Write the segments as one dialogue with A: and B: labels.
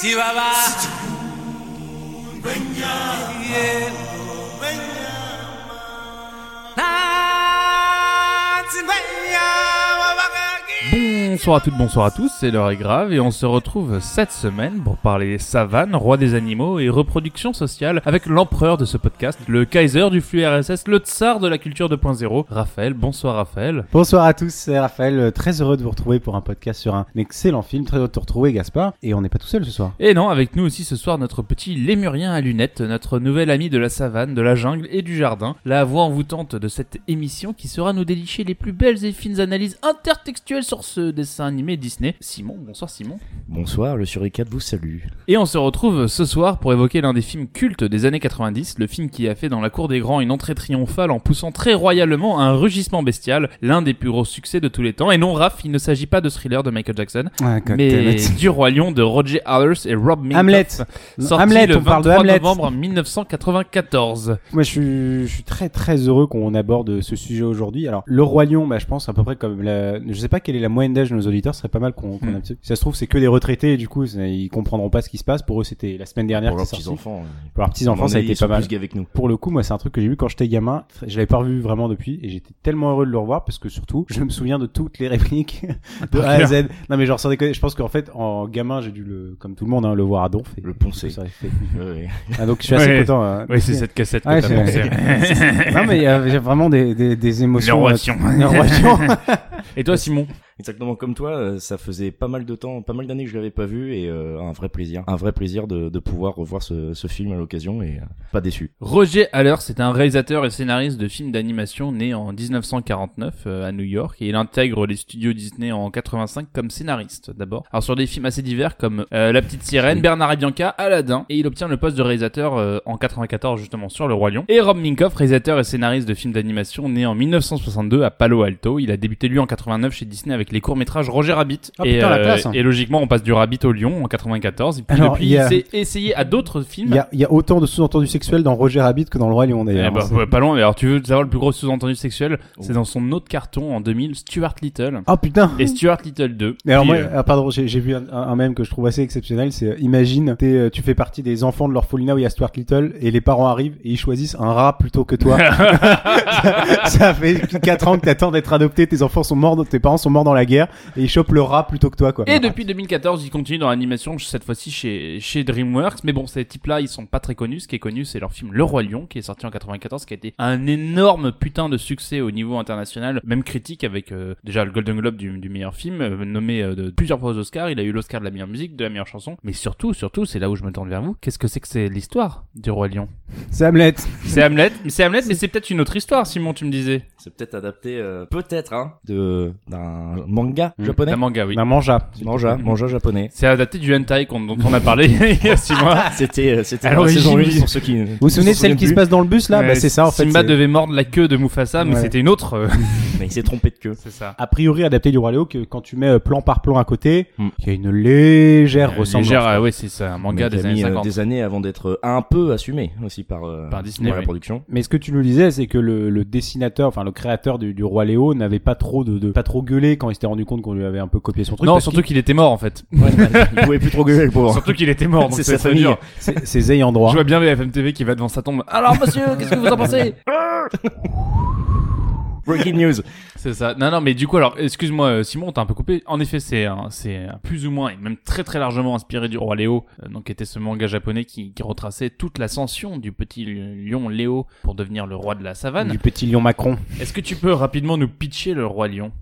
A: Chihuahua. Chihuahua. Yeah. Ah, Chihuahua.
B: Bonsoir à toutes, bonsoir à tous, c'est l'heure est grave et on se retrouve cette semaine pour parler savane, roi des animaux et reproduction sociale avec l'empereur de ce podcast, le Kaiser du flux RSS, le tsar de la culture 2.0, Raphaël. Bonsoir Raphaël.
C: Bonsoir à tous, c'est Raphaël, euh, très heureux de vous retrouver pour un podcast sur un excellent film, très heureux de te retrouver Gaspard, et on n'est pas tout seul ce soir.
B: Et non, avec nous aussi ce soir notre petit lémurien à lunettes, notre nouvel ami de la savane, de la jungle et du jardin, la voix envoûtante de cette émission qui sera nous délicher les plus belles et fines analyses intertextuelles sur ce dessin animé Disney. Simon, bonsoir Simon.
D: Bonsoir, le Suricat vous salue.
B: Et on se retrouve ce soir pour évoquer l'un des films cultes des années 90, le film qui a fait dans la cour des grands une entrée triomphale en poussant très royalement un rugissement bestial, l'un des plus gros succès de tous les temps. Et non, Raph, il ne s'agit pas de thriller de Michael Jackson, mais du roi lion de Roger Allers et Rob Minkoff.
C: Hamlet.
B: Sorti
C: Hamlet,
B: le
C: on parle de
B: 23
C: Hamlet.
B: novembre 1994.
C: Moi je suis, je suis très très heureux qu'on aborde ce sujet aujourd'hui. Alors le roi lion, bah, je pense à peu près comme la... Je sais pas quelle est la moyenne d'âge de nos auditeurs, ce serait pas mal qu'on... qu'on
B: Hmm.
C: un petit- Si ça se trouve c'est que des retraités et du coup ça- ils comprendront pas ce qui se passe. Pour eux c'était la semaine dernière
D: Pour
C: qui est
D: leurs hein.
C: sortie.
D: petits enfants.
C: Pour leurs petits-enfants ça a été pas mal.
D: Plus gay avec nous.
C: Pour le coup, moi, c'est un truc que j'ai vu quand j'étais gamin. Je l'avais pas revu vraiment depuis, et j'étais tellement heureux de le revoir parce que surtout, je me souviens de toutes les répliques
B: Ah,
C: de A à Z. Non, mais genre sans déconner, je pense qu'en fait, en gamin, j'ai dû le, comme tout le monde, hein, le voir à donf. et-
D: Le poncer.
C: Ça aurait fait-
D: Ouais.
C: Ah, donc je suis assez
B: Ouais.
C: content. hein.
B: Oui, c'est cette cassette que
C: Ouais,
B: t'as
C: c'est-
B: pensée.
C: Non, mais il y a il y a vraiment des, des, des émotions.
B: Le roi
C: euh,
B: Sion.
C: le roi Sion.
B: Et toi, Simon
D: Exactement comme toi, euh, ça faisait pas mal de temps, pas mal d'années que je l'avais pas vu et euh, un vrai plaisir, un vrai plaisir de, de pouvoir revoir ce, ce film à l'occasion et euh, pas déçu.
B: Roger Allers est un réalisateur et scénariste de films d'animation né en 1949 euh, à New York et il intègre les studios Disney en 85 comme scénariste d'abord. Alors sur des films assez divers comme euh, La Petite Sirène, Bernard et Bianca, Aladdin et il obtient le poste de réalisateur euh, en 94 justement sur Le Roi Lion. Et Rob Minkoff, réalisateur et scénariste de films d'animation né en 1962 à Palo Alto. Il a débuté lui en 89 chez Disney avec les courts-métrages Roger Rabbit
C: Ah,
B: et, euh,
C: putain, la classe.
B: et logiquement on passe du Rabbit au Lion en 94 et puis
C: Alors,
B: depuis
C: il y a-
B: il s'est essayé à d'autres films.
C: Il y a, il y a autant de sous-entendus sexuels dans Roger Rabbit que dans le roi Lion
B: Eh
C: d'ailleurs.
B: bah,
C: C'est-
B: ouais, pas loin, mais alors tu veux savoir le plus gros sous-entendu sexuel C'est
D: Oh.
B: dans son autre carton en 2000, Stuart Little.
C: Ah putain.
B: Et Stuart Little 2.
C: Mais alors
B: Puis,
C: moi,
B: euh,
C: ah, pardon, j'ai j'ai vu un, un un mème que je trouve assez exceptionnel, c'est euh, imagine, t'es, euh, tu fais partie des enfants de l'orphelinat où il y a Stuart Little et les parents arrivent et ils choisissent un rat plutôt que toi. ça, ça fait 4 ans que t'attends d'être adopté, tes enfants sont morts, tes parents sont morts dans la guerre et ils chopent le rat plutôt que toi quoi.
B: Et depuis 2014, il continue dans l'animation, cette fois-ci chez, chez DreamWorks. Mais bon, ces types-là, ils sont pas très connus. Ce qui est connu, c'est leur film Le Roi Lion, qui est sorti en 94, qui a été un énorme putain de succès au niveau international, même critique, avec euh, déjà le Golden Globe du, du meilleur film, euh, nommé euh, de plusieurs fois aux Oscars. Il a eu l'Oscar de la meilleure musique, de la meilleure chanson. Mais surtout, surtout, c'est là où je me tourne vers vous. Qu'est-ce que c'est que c'est l'histoire du Roi Lion
C: C'est Hamlet.
B: C'est Hamlet, mais c'est Hamlet, mais c'est peut-être une autre histoire, Simon, tu me disais.
D: C'est peut-être adapté, euh, peut-être, hein, de d'un manga
C: Mm.
D: japonais.
B: Un manga, oui.
C: Un mangea.
D: Manga, manga japonais.
B: C'est adapté du hentai qu'on- dont on a parlé il y a six mois.
D: C'était euh, c'était
B: À
D: la saison
B: l'origine.
D: 1 pour ceux qui.
C: Vous vous souvenez de celle qui se passe dans le bus là
B: Ouais,
C: Bah c'est ça en fait.
B: Simba
C: c'est-
B: devait mordre la queue de Mufasa, mais
C: Ouais.
B: c'était une autre. euh,
D: Mais il s'est trompé de queue.
B: C'est ça.
C: A priori adapté du roi Lion que quand tu mets euh, plan par plan à côté, il
D: Hmm.
C: y a une légère ressemblance.
B: Légère, euh, ouais, c'est ça, un manga
D: Mais qui
B: des
D: a
B: années
D: mis, euh,
B: 50.
D: des années avant d'être euh, un peu assumé aussi par, euh,
B: Par Disney,
D: par la
B: oui.
D: production.
C: Mais ce que tu nous disais, c'est que le, le dessinateur, enfin le créateur du, du roi Léo, n'avait pas trop de, de- pas trop gueulé quand il s'était rendu compte qu'on lui avait un peu copié son truc.
B: Non,
C: parce
B: surtout qu'il était mort en fait.
D: Ouais, il pouvait plus trop gueuler le pauvre.
B: Surtout qu'il était mort, donc
D: C'est
B: c'est
D: sa
B: ça
D: famille.
B: dur.
C: que c'est- ses ayants droit.
B: Je vois bien VFM TV qui va devant sa tombe. Alors monsieur, qu'est-ce que vous en pensez
D: Breaking news.
B: C'est ça. Non, non, mais du coup, alors, excuse-moi, euh, Simon, on t'a un peu coupé. En effet, c'est un- c'est euh, plus ou moins, et même très très largement inspiré du roi Léo, euh, donc qui était ce manga japonais qui, qui retraçait toute l'ascension du petit lion Léo pour devenir le roi de la savane.
C: Du petit lion Macron.
B: Est-ce que tu peux rapidement nous pitcher le roi lion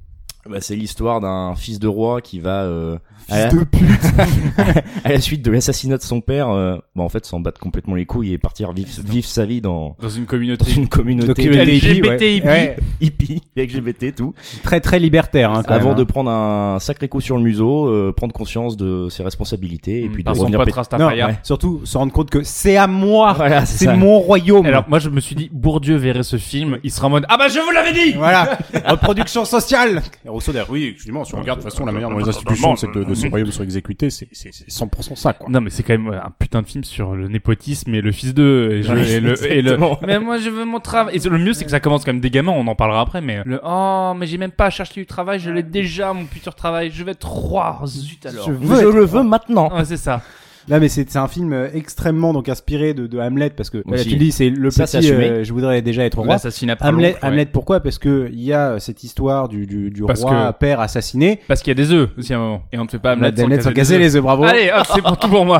D: Bah, c'est l'histoire d'un fils de roi qui va euh, à, la,
C: Fils de pute.
D: à la suite de l'assassinat de son père, euh, bah, en fait s'en battre complètement les couilles et partir vivre, vivre sa vie dans,
B: dans une
D: dans
B: communauté
D: une communauté
B: Donc,
C: LGBTI,
B: LGBTI.
C: ouais.
D: hippie, LGBT, tout,
C: Très très libertaire. Hein, quand
D: avant de
C: même,
D: prendre un sacré coup sur le museau, euh, prendre conscience de ses responsabilités et puis de
B: par son
D: revenir.
B: pote
D: pét-
C: hein. Non,
B: Rastafari.
C: ouais. surtout se rendre compte que c'est à moi,
D: Voilà, c'est
C: c'est
D: ça.
C: mon royaume.
B: Alors moi je me suis dit Bourdieu verrait ce film, il sera en mode ah bah je vous l'avais dit.
C: Voilà, reproduction sociale.
E: Rousseau d'ailleurs, oui, excusez-moi, si on regarde de toute façon la manière dont les
B: Dans-
E: institutions
B: dans-
E: de, cette- de ce royaume sont exécutées, c'est c'est- c'est 100% ça, quoi.
B: Non, mais c'est quand même un putain de film sur le népotisme et le fils d'eux. Et, je-
D: Ouais,
B: et le, et le-
D: exactement.
B: Mais moi, je veux mon travail. Et c'est- le mieux, c'est que ça commence comme des gamins, on en parlera après, mais le Oh, mais j'ai même pas à chercher du travail, je l'ai déjà, mon futur travail, je vais être roi. Zut alors.
C: Je veux
D: Je
C: être
D: le veux maintenant.
B: Ouais, c'est ça.
C: Là, mais c'est c'est un film euh, extrêmement donc inspiré de, de Hamlet parce que là,
D: Aussi.
C: tu dis c'est le
D: Ça, c'est
C: petit.
D: assumé.
C: euh, je voudrais déjà être roi.
B: L'assassinat par
C: Ah, Hamlet,
B: l'oncle, ouais.
C: Hamlet, pourquoi Parce que il y a euh, cette histoire du, du, du
B: Parce
C: roi père assassiné.
B: Parce qu'il y a des œufs aussi à un moment. Et on ne fait pas Hamlet,
C: Hamlet, Hamlet sans
B: des
C: casser
B: œufs.
C: les œufs, bravo.
B: Allez, hop, c'est pour tout pour moi.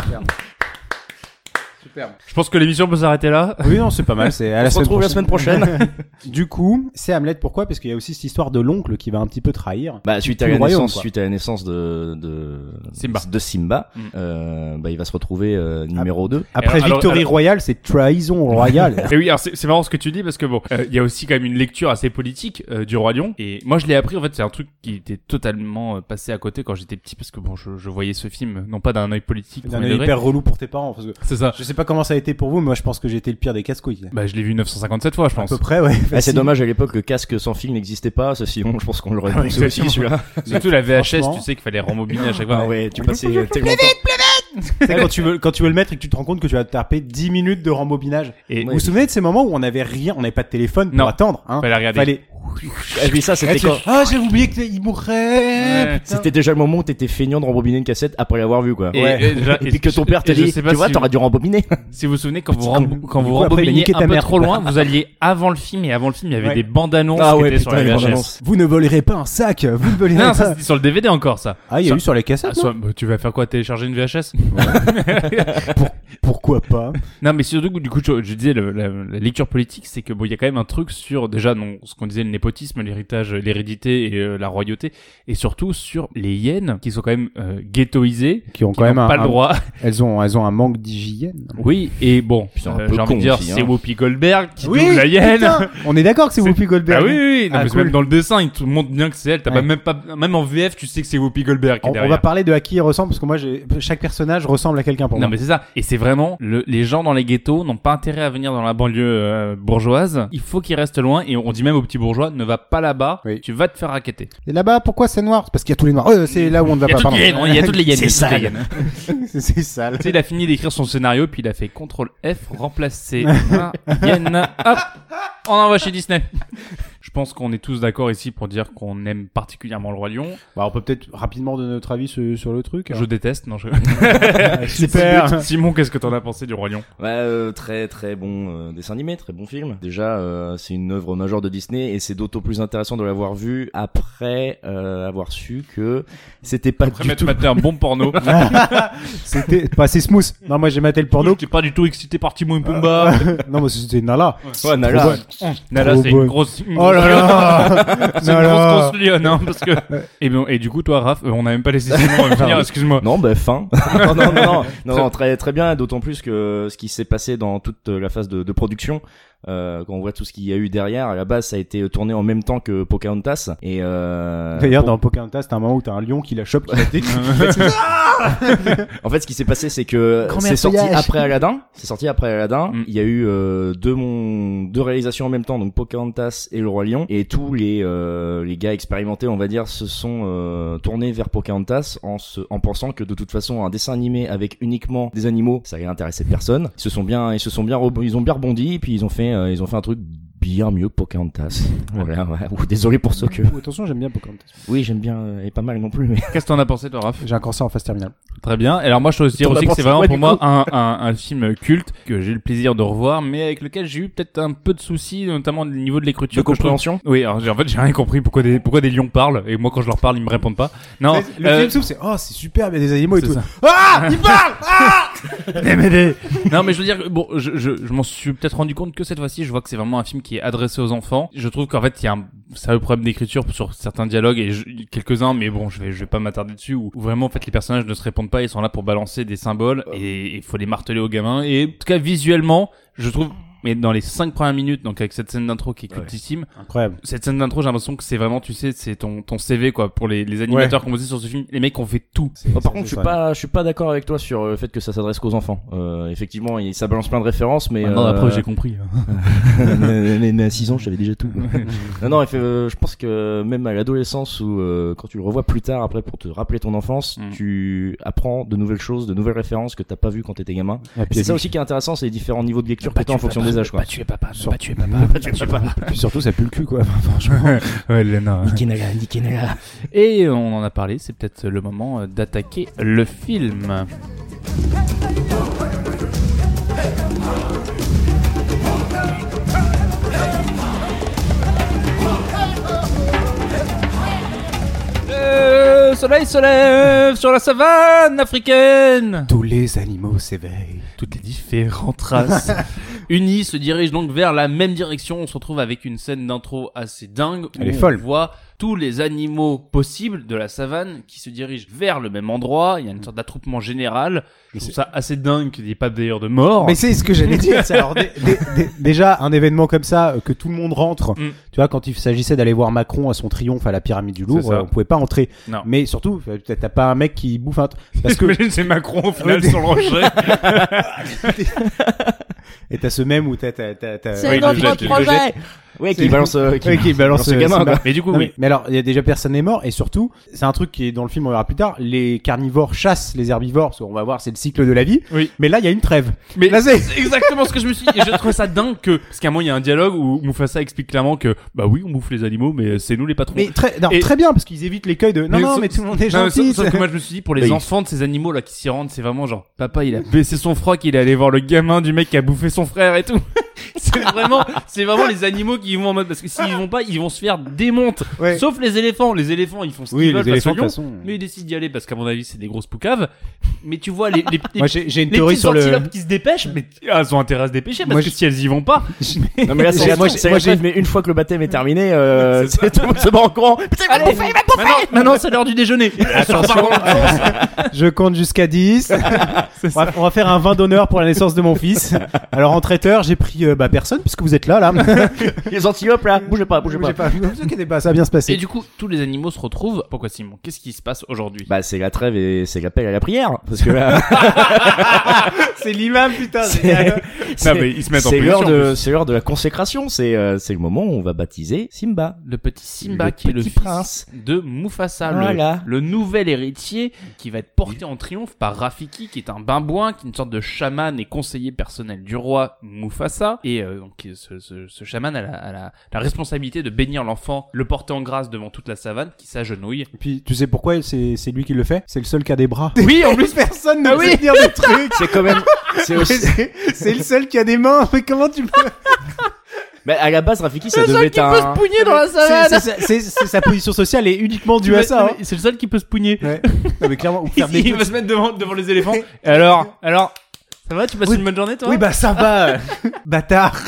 C: Superbe.
B: Je pense que l'émission peut s'arrêter là.
C: Oui, non, c'est pas mal. C'est à
D: On
C: la
D: se
C: semaine
D: retrouve la
C: prochaine.
D: semaine prochaine.
C: Du coup, c'est Hamlet. Pourquoi Parce qu'il y a aussi cette histoire de l'oncle qui va un petit peu trahir.
D: Bah, suite à
C: Tout
D: la
C: le royaume,
D: naissance,
C: quoi.
D: suite à la naissance de, de
B: Simba.
D: de Simba,
B: Mm.
D: euh, bah, il va se retrouver euh, numéro 2.
C: Après
B: Alors, alors,
C: Victory
B: alors-
C: Royale, c'est trahison royale.
B: Et oui, alors c'est c'est marrant ce que tu dis parce que bon, euh, il y a aussi quand même une lecture assez politique euh, du roi lion. Et moi, je l'ai appris en fait, c'est un truc qui était totalement euh, passé à côté quand j'étais petit parce que bon, je, je voyais ce film non pas d'un œil politique,
C: D'un
B: premier
C: œil
B: degré.
C: hyper relou pour tes parents. Parce que
B: c'est ça.
C: je sais pas comment ça a été pour vous, mais moi je pense que j'étais le pire des casse-couilles.
B: Bah, Ah. je l'ai vu 957 fois, je
C: À
B: pense.
C: peu près, ouais.
D: Ah, c'est
C: facile.
D: dommage à l'époque le casque sans fil n'existait pas, ça, sinon je pense qu'on l'aurait poussé aussi celui-là.
B: Surtout la VHS, tu
C: Franchement.
B: sais qu'il fallait rembobiner à chaque fois.
D: Ah ouais, tu passais tellement de temps.
C: C'est quand tu veux quand tu veux le mettre et que tu te rends compte que tu vas te taper 10 minutes de rembobinage.
B: Et
C: Vous vous souvenez de ces moments où on avait rien, on n'avait pas de téléphone pour
B: Non.
C: attendre, hein
B: fallait regarder.
C: Fallait.
D: Ah oui, ça
B: Eh,
D: c'était quand
C: Ah, j'ai oublié qu'il mourrait.
B: Ouais.
C: putain.
D: c'était déjà le moment où t'étais feignant de rembobiner une cassette après l'avoir vue quoi.
B: Et,
C: Ouais.
B: et déjà-
D: Et
B: et-
D: puis que ton père t'a
B: et je
D: dit,
B: sais
D: tu
B: pas
D: vois,
B: si,
D: t'aurais dû rembobiner.
B: si vous vous souvenez quand vous,
C: Putain,
B: rem- quand
C: du
B: vous
C: coup, après,
B: rembobiniez
C: niquer ta
B: un peu
C: mère.
B: trop loin, vous alliez avant le film et avant le film, il y avait
C: Ouais.
B: des bandes annonces
D: Ah
B: qui
D: ouais,
B: étaient sur
D: putain, les
B: la
D: bandes
B: VHS.
D: annonces.
C: Vous ne volerez pas un sac, vous ne volerez
B: Non, ça
C: pas.
B: c'était sur le DVD encore ça.
C: Ah, il y a eu sur les cassettes.
B: Ah,
C: non
B: soit- bah, tu vas faire quoi Télécharger une VHS
C: Pourquoi pas
B: Non, mais surtout, du coup, je, je disais, le- la, la lecture politique, c'est que bon, il y a quand même un truc sur déjà non, ce qu'on disait, le népotisme, l'héritage, l'hérédité et euh, la royauté, et surtout sur les hyènes qui sont quand même euh, ghettoisées,
C: Qui ont
B: qui n'ont pas le droit.
C: Elles ont, elles ont un manque d'hygiène.
B: Oui, et bon,
D: sont un
B: euh,
D: peu
B: j'ai envie de
D: cons
B: dire,
D: aussi, hein.
B: c'est Whoopi Goldberg qui double la hyène.
C: Ah, putain, On est d'accord que c'est
B: C'est-
C: Whoopi Goldberg.
B: Ah oui, oui, oui. Non,
C: Ah,
B: mais c'est
C: cool.
B: même dans le dessin, il te montre bien que c'est elle. T'as
C: Ouais.
B: pas même pas, même en VF, tu sais que c'est Whoopi Goldberg qui est
C: On, on
B: derrière.
C: va parler de à qui il ressemble parce que moi, j'ai- chaque personnage ressemble à quelqu'un pour
B: Non
C: moi.
B: mais c'est ça. Et c'est vraiment le- les gens dans les ghettos n'ont pas intérêt à venir dans la banlieue euh, bourgeoise. Il faut qu'ils restent loin et on dit même aux petits bourgeois ne va pas là-bas.
C: Oui.
B: Tu vas te faire raqueter.
C: Et là-bas, pourquoi c'est noir Parce qu'il y a tous les noirs. Euh, c'est là où on ne va
B: Il y a
C: pas.
B: toutes les
C: Pardon.
B: hyènes, il y a toutes les hyènes. il y a
D: C'est
B: toutes les
D: sale.
B: hyènes.
C: c'est sale.
B: Tu sais, il a fini d'écrire son scénario puis il a fait contrôle F remplacer un hyène. Hop, on envoie chez Disney. Je pense qu'on est tous d'accord ici pour dire qu'on aime particulièrement le roi lion.
C: Bah, on peut peut-être rapidement donner notre avis sur, sur le truc.
B: Je déteste, non je... Ah,
C: Super.
B: Simon, qu'est-ce que t'en as pensé du roi lion
D: Ouais, euh, très très bon euh, dessin animé, très bon film. Déjà, euh, c'est une œuvre majeure de Disney et c'est d'autant plus intéressant de l'avoir vu après euh, avoir su que c'était pas
B: Après
D: du
B: m'être
D: tout.
B: maté un bon porno.
C: C'était pas assez smooth. Non, moi j'ai maté le porno.
B: J'étais pas du tout excité par Timon et Pumba.
C: non, mais c'était Nala.
D: Ouais,
B: Bah,
D: Nala.
C: Trop bonne.
B: Nala,
C: Trop
B: c'est une
C: bonne.
B: grosse. une
C: Oh
B: grosse
C: là Oh
B: lionne.
C: là.
B: C'est une grosse,
C: Nala.
B: grosse lionne, hein, parce que. et, bon, et du coup, toi, Raph, euh, on a même pas laissé
C: Ah
B: Simon euh, finir, excuse-moi.
D: Non, bah fin. non, non, non, non, non, non, très très bien. D'autant plus que ce qui s'est passé dans toute euh, la phase de, de production, euh, quand on voit tout ce qu'il y a eu derrière, à la base, ça a été tourné en même temps que Pocahontas. Et euh,
C: D'ailleurs, dans Pocahontas, t'as un moment où t'as un lion qui la chope, qui la détruit.
D: En fait, ce qui s'est passé, c'est que
C: Grand-mère
D: c'est sorti
C: feuillage.
D: après Aladdin. C'est sorti après Aladdin.
B: Mm.
D: Il y a eu euh, deux mon deux réalisations en même temps, donc Pocahontas et Le Roi Lion. Et tous les euh, les gars expérimentés, on va dire, se sont euh, tournés vers Pocahontas en se, en pensant que de toute façon, un dessin animé avec uniquement des animaux, ça allait intéresser personne. Ils se sont bien, ils se sont bien, rebo- ils ont bien rebondi. Et puis ils ont fait, euh, ils ont fait un truc bien mieux que Pocahontas. voilà. Ouais. Ouh, désolé pour ceux que.
C: Oh, Attention, j'aime bien Pocahontas.
D: Oui, j'aime bien euh, et pas mal non plus. Mais...
B: Qu'est-ce que t'en as pensé, toi, Raph
C: J'ai un cancer en phase terminale.
B: Très bien. Et alors, moi, je dois dire
D: T'en as
B: aussi que c'est
D: pensé
B: vraiment
D: quoi,
B: pour
D: du
B: moi
D: coup
B: un, un, un film culte que j'ai eu le plaisir de revoir, mais avec lequel j'ai eu peut-être un peu de soucis, notamment au niveau de l'écriture.
D: De
B: que je trouve-
D: compréhension.
B: Oui, alors, j'ai- en fait, j'ai rien compris pourquoi des, pourquoi des lions parlent, et moi, quand je leur parle, ils me répondent pas. Non.
C: Le
B: euh,
C: film s'ouvre, c'est oh, c'est super, il y a des animaux et
B: C'est
C: tout.
B: ça.
C: Ah, il parle Ah
B: non mais je veux dire que, bon je je, je m'en suis peut-être rendu compte que cette fois-ci je vois que c'est vraiment un film qui est adressé aux enfants je trouve qu'en fait il y a un sérieux problème d'écriture sur certains dialogues et je- quelques-uns mais bon je vais je vais pas m'attarder dessus où, où vraiment en fait les personnages ne se répondent pas ils sont là pour balancer des symboles et il faut les marteler aux gamins et en tout cas visuellement je trouve mais dans les cinq premières minutes, donc avec cette scène d'intro qui est
D: Ouais.
B: cultissime,
C: Incroyable.
B: cette scène d'intro, j'ai l'impression que c'est vraiment, tu sais, c'est ton, ton CV, quoi, pour les, les animateurs qu'on bossait sur ce film. Les mecs ont fait tout.
D: Oh, par contre, je suis pas, je suis pas d'accord avec toi sur euh, le fait que ça s'adresse qu'aux enfants. Euh, effectivement, il- ça balance plein de références, mais euh,
B: compris.
D: mais, mais- mais à 6 ans, j'avais déjà tout. non, non, il fait, euh, je pense que même à l'adolescence ou euh, quand tu le revois plus tard après pour te rappeler ton enfance,
B: Mm.
D: tu apprends de nouvelles choses, de nouvelles références que t'as pas vues quand t'étais gamin.
C: Et puis,
D: C'est ça aussi qui est intéressant, c'est les différents niveaux de lecture que t'as en fonction des âges, quoi.
B: tu es papa,
C: Sur-
B: tu es papa,
C: puis surtout, ça pue le cul, quoi. Enfin, franchement.
B: Et on en a parlé, c'est peut-être le moment euh, d'attaquer le film. Le Euh, soleil se lève sur la savane africaine.
C: Tous les animaux s'éveillent.
B: Toutes les différentes races unies se dirigent donc vers la même direction. On se retrouve avec une scène d'intro assez dingue où
C: Elle est
B: on
C: folle.
B: voit tous les animaux possibles de la savane qui se dirigent vers le même endroit. Il y a une sorte d'attroupement général. Je trouve ça assez dingue qu'il n'y ait pas d'ailleurs de mort.
C: Mais c'est ce que j'allais dire. c'est Alors, dé- dé- dé- déjà, un événement comme ça, euh, que tout le monde rentre.
B: Mm.
C: Tu vois, quand il s'agissait d'aller voir Macron à son triomphe à la pyramide du Louvre,
B: ça.
C: euh, on pouvait pas entrer.
B: Non.
C: Mais surtout, euh, t'as t'as pas un mec qui bouffe un. tr- Parce que
B: T'imagines, c'est Macron au final
C: Ouais,
B: sur le rocher.
C: et t'as ce même où t'as t'as t'as. t'as-
B: Oui, notre le jette, projet. il le
D: Ouais, qui balance, euh, qui
C: Ouais, qui balance
D: ce
C: euh,
D: gamin,
C: ce
D: quoi.
B: Mais du coup,
C: Non,
B: oui.
C: mais, mais alors, il y a déjà personne n'est mort, et surtout, c'est un truc qui est dans le film, on verra plus tard, les carnivores chassent les herbivores, parce qu'on va voir, c'est le cycle de la vie.
B: Oui.
C: Mais là, il y a une trêve.
B: Mais
C: Là, c'est-
B: c'est exactement ce que je me suis dit. Et je trouve ça dingue que, parce qu'à un moment, il y a un dialogue où Mufasa explique clairement que, bah oui, on bouffe les animaux, mais c'est nous les patrons.
C: Mais très, non,
B: Et-
C: très bien, parce qu'ils évitent l'écueil de, non, non,
B: sauf-
C: mais tout le monde est
B: non,
C: gentil.
B: sauf- sauf
C: c'est-
B: que moi je me suis dit pour les
D: Mais il-
B: enfants de ces animaux là qui s'y rendent, c'est vraiment genre papa il a baissé son froc, il est allé voir le gamin du mec qui a bouffé son frère et tout. c'est vraiment c'est vraiment les animaux qui vont en mode parce que s'ils vont pas, ils vont se faire démonter.
C: Ouais.
B: Sauf les éléphants, les éléphants ils font ce qu'ils
C: Oui,
B: veulent
C: les
B: parce que
C: éléphants, de toute
B: lion,
C: façon.
B: mais ils décident d'y aller parce qu'à mon avis c'est des grosses poucaves. Mais tu vois les les, les,
C: Moi, j'ai j'ai une
B: les
C: théorie
B: petites
C: sur le.
B: antilopes qui se dépêchent, mais Ah, elles ont intérêt à se dépêcher parce
C: Moi,
B: que
C: je-
B: si elles y vont pas,
D: Non, mais là, c'est
C: J'ai-
D: la
C: moi,
D: trêve,
C: j'ai-
D: c'est la
C: moi, j'ai-
D: trêve, mais une fois que le baptême est terminé, euh, c'est tout le monde se bat en courant. Putain, il va
B: Allez,
D: bouffer, il va bouffer!
B: maintenant, maintenant c'est l'heure du déjeuner.
C: Attention, je compte jusqu'à 10. on, va, on va faire un vin d'honneur pour la naissance de mon fils. Alors, en traiteur, j'ai pris, euh, bah, personne, puisque vous êtes là, là.
D: Les antilopes, là, bougez pas, bougez pas.
C: Ne vous inquiétez pas, ça va bien se
B: Et
C: passer.
B: du coup, tous les animaux se retrouvent. Pourquoi Simon Qu'est-ce qui se passe aujourd'hui
D: Bah, c'est la trêve et c'est l'appel à la prière. Parce que là,
C: C'est l'imam, putain.
D: c'est
B: Non, mais ils se mettent en
D: c'est
B: position,
D: l'heure
B: en
D: de, c'est l'heure de la consécration. C'est, euh, c'est le moment où on va baptiser Simba.
B: le petit Simba
D: Le
B: qui est le
D: petit
B: fils
D: prince.
B: de Mufasa, le-
D: Voilà.
B: le, nouvel héritier qui va être porté en triomphe par Rafiki, qui est un bimbouin, qui est une sorte de chaman et conseiller personnel du roi Mufasa. Et euh, donc ce, ce, ce chaman a, la, a la, la responsabilité de bénir l'enfant, le porter en grâce devant toute la savane, qui s'agenouille.
C: Et Puis, tu sais pourquoi c'est c'est lui qui le fait? C'est le seul qui a des bras.
B: Oui, en plus, Ah
C: personne ne veut dire des trucs.
D: C'est quand même, c'est aussi,
C: C'est le seul qui a des mains. Mais comment tu peux
D: mais à la base, Rafiki, ça devait être
C: Ah.
D: un,
B: pougner dans la
C: C'est- c'est- c'est- c'est- Sa position sociale est uniquement due à ça. hein.
B: C'est le seul qui peut se pougner.
C: Ouais. Non, mais clairement, ou faire des
B: Il va
C: trucs.
B: se mettre devant, devant les éléphants. Et alors, alors, ça va Tu passes
C: Oui.
B: une bonne journée, toi
C: Oui, bah ça va, euh, bâtard.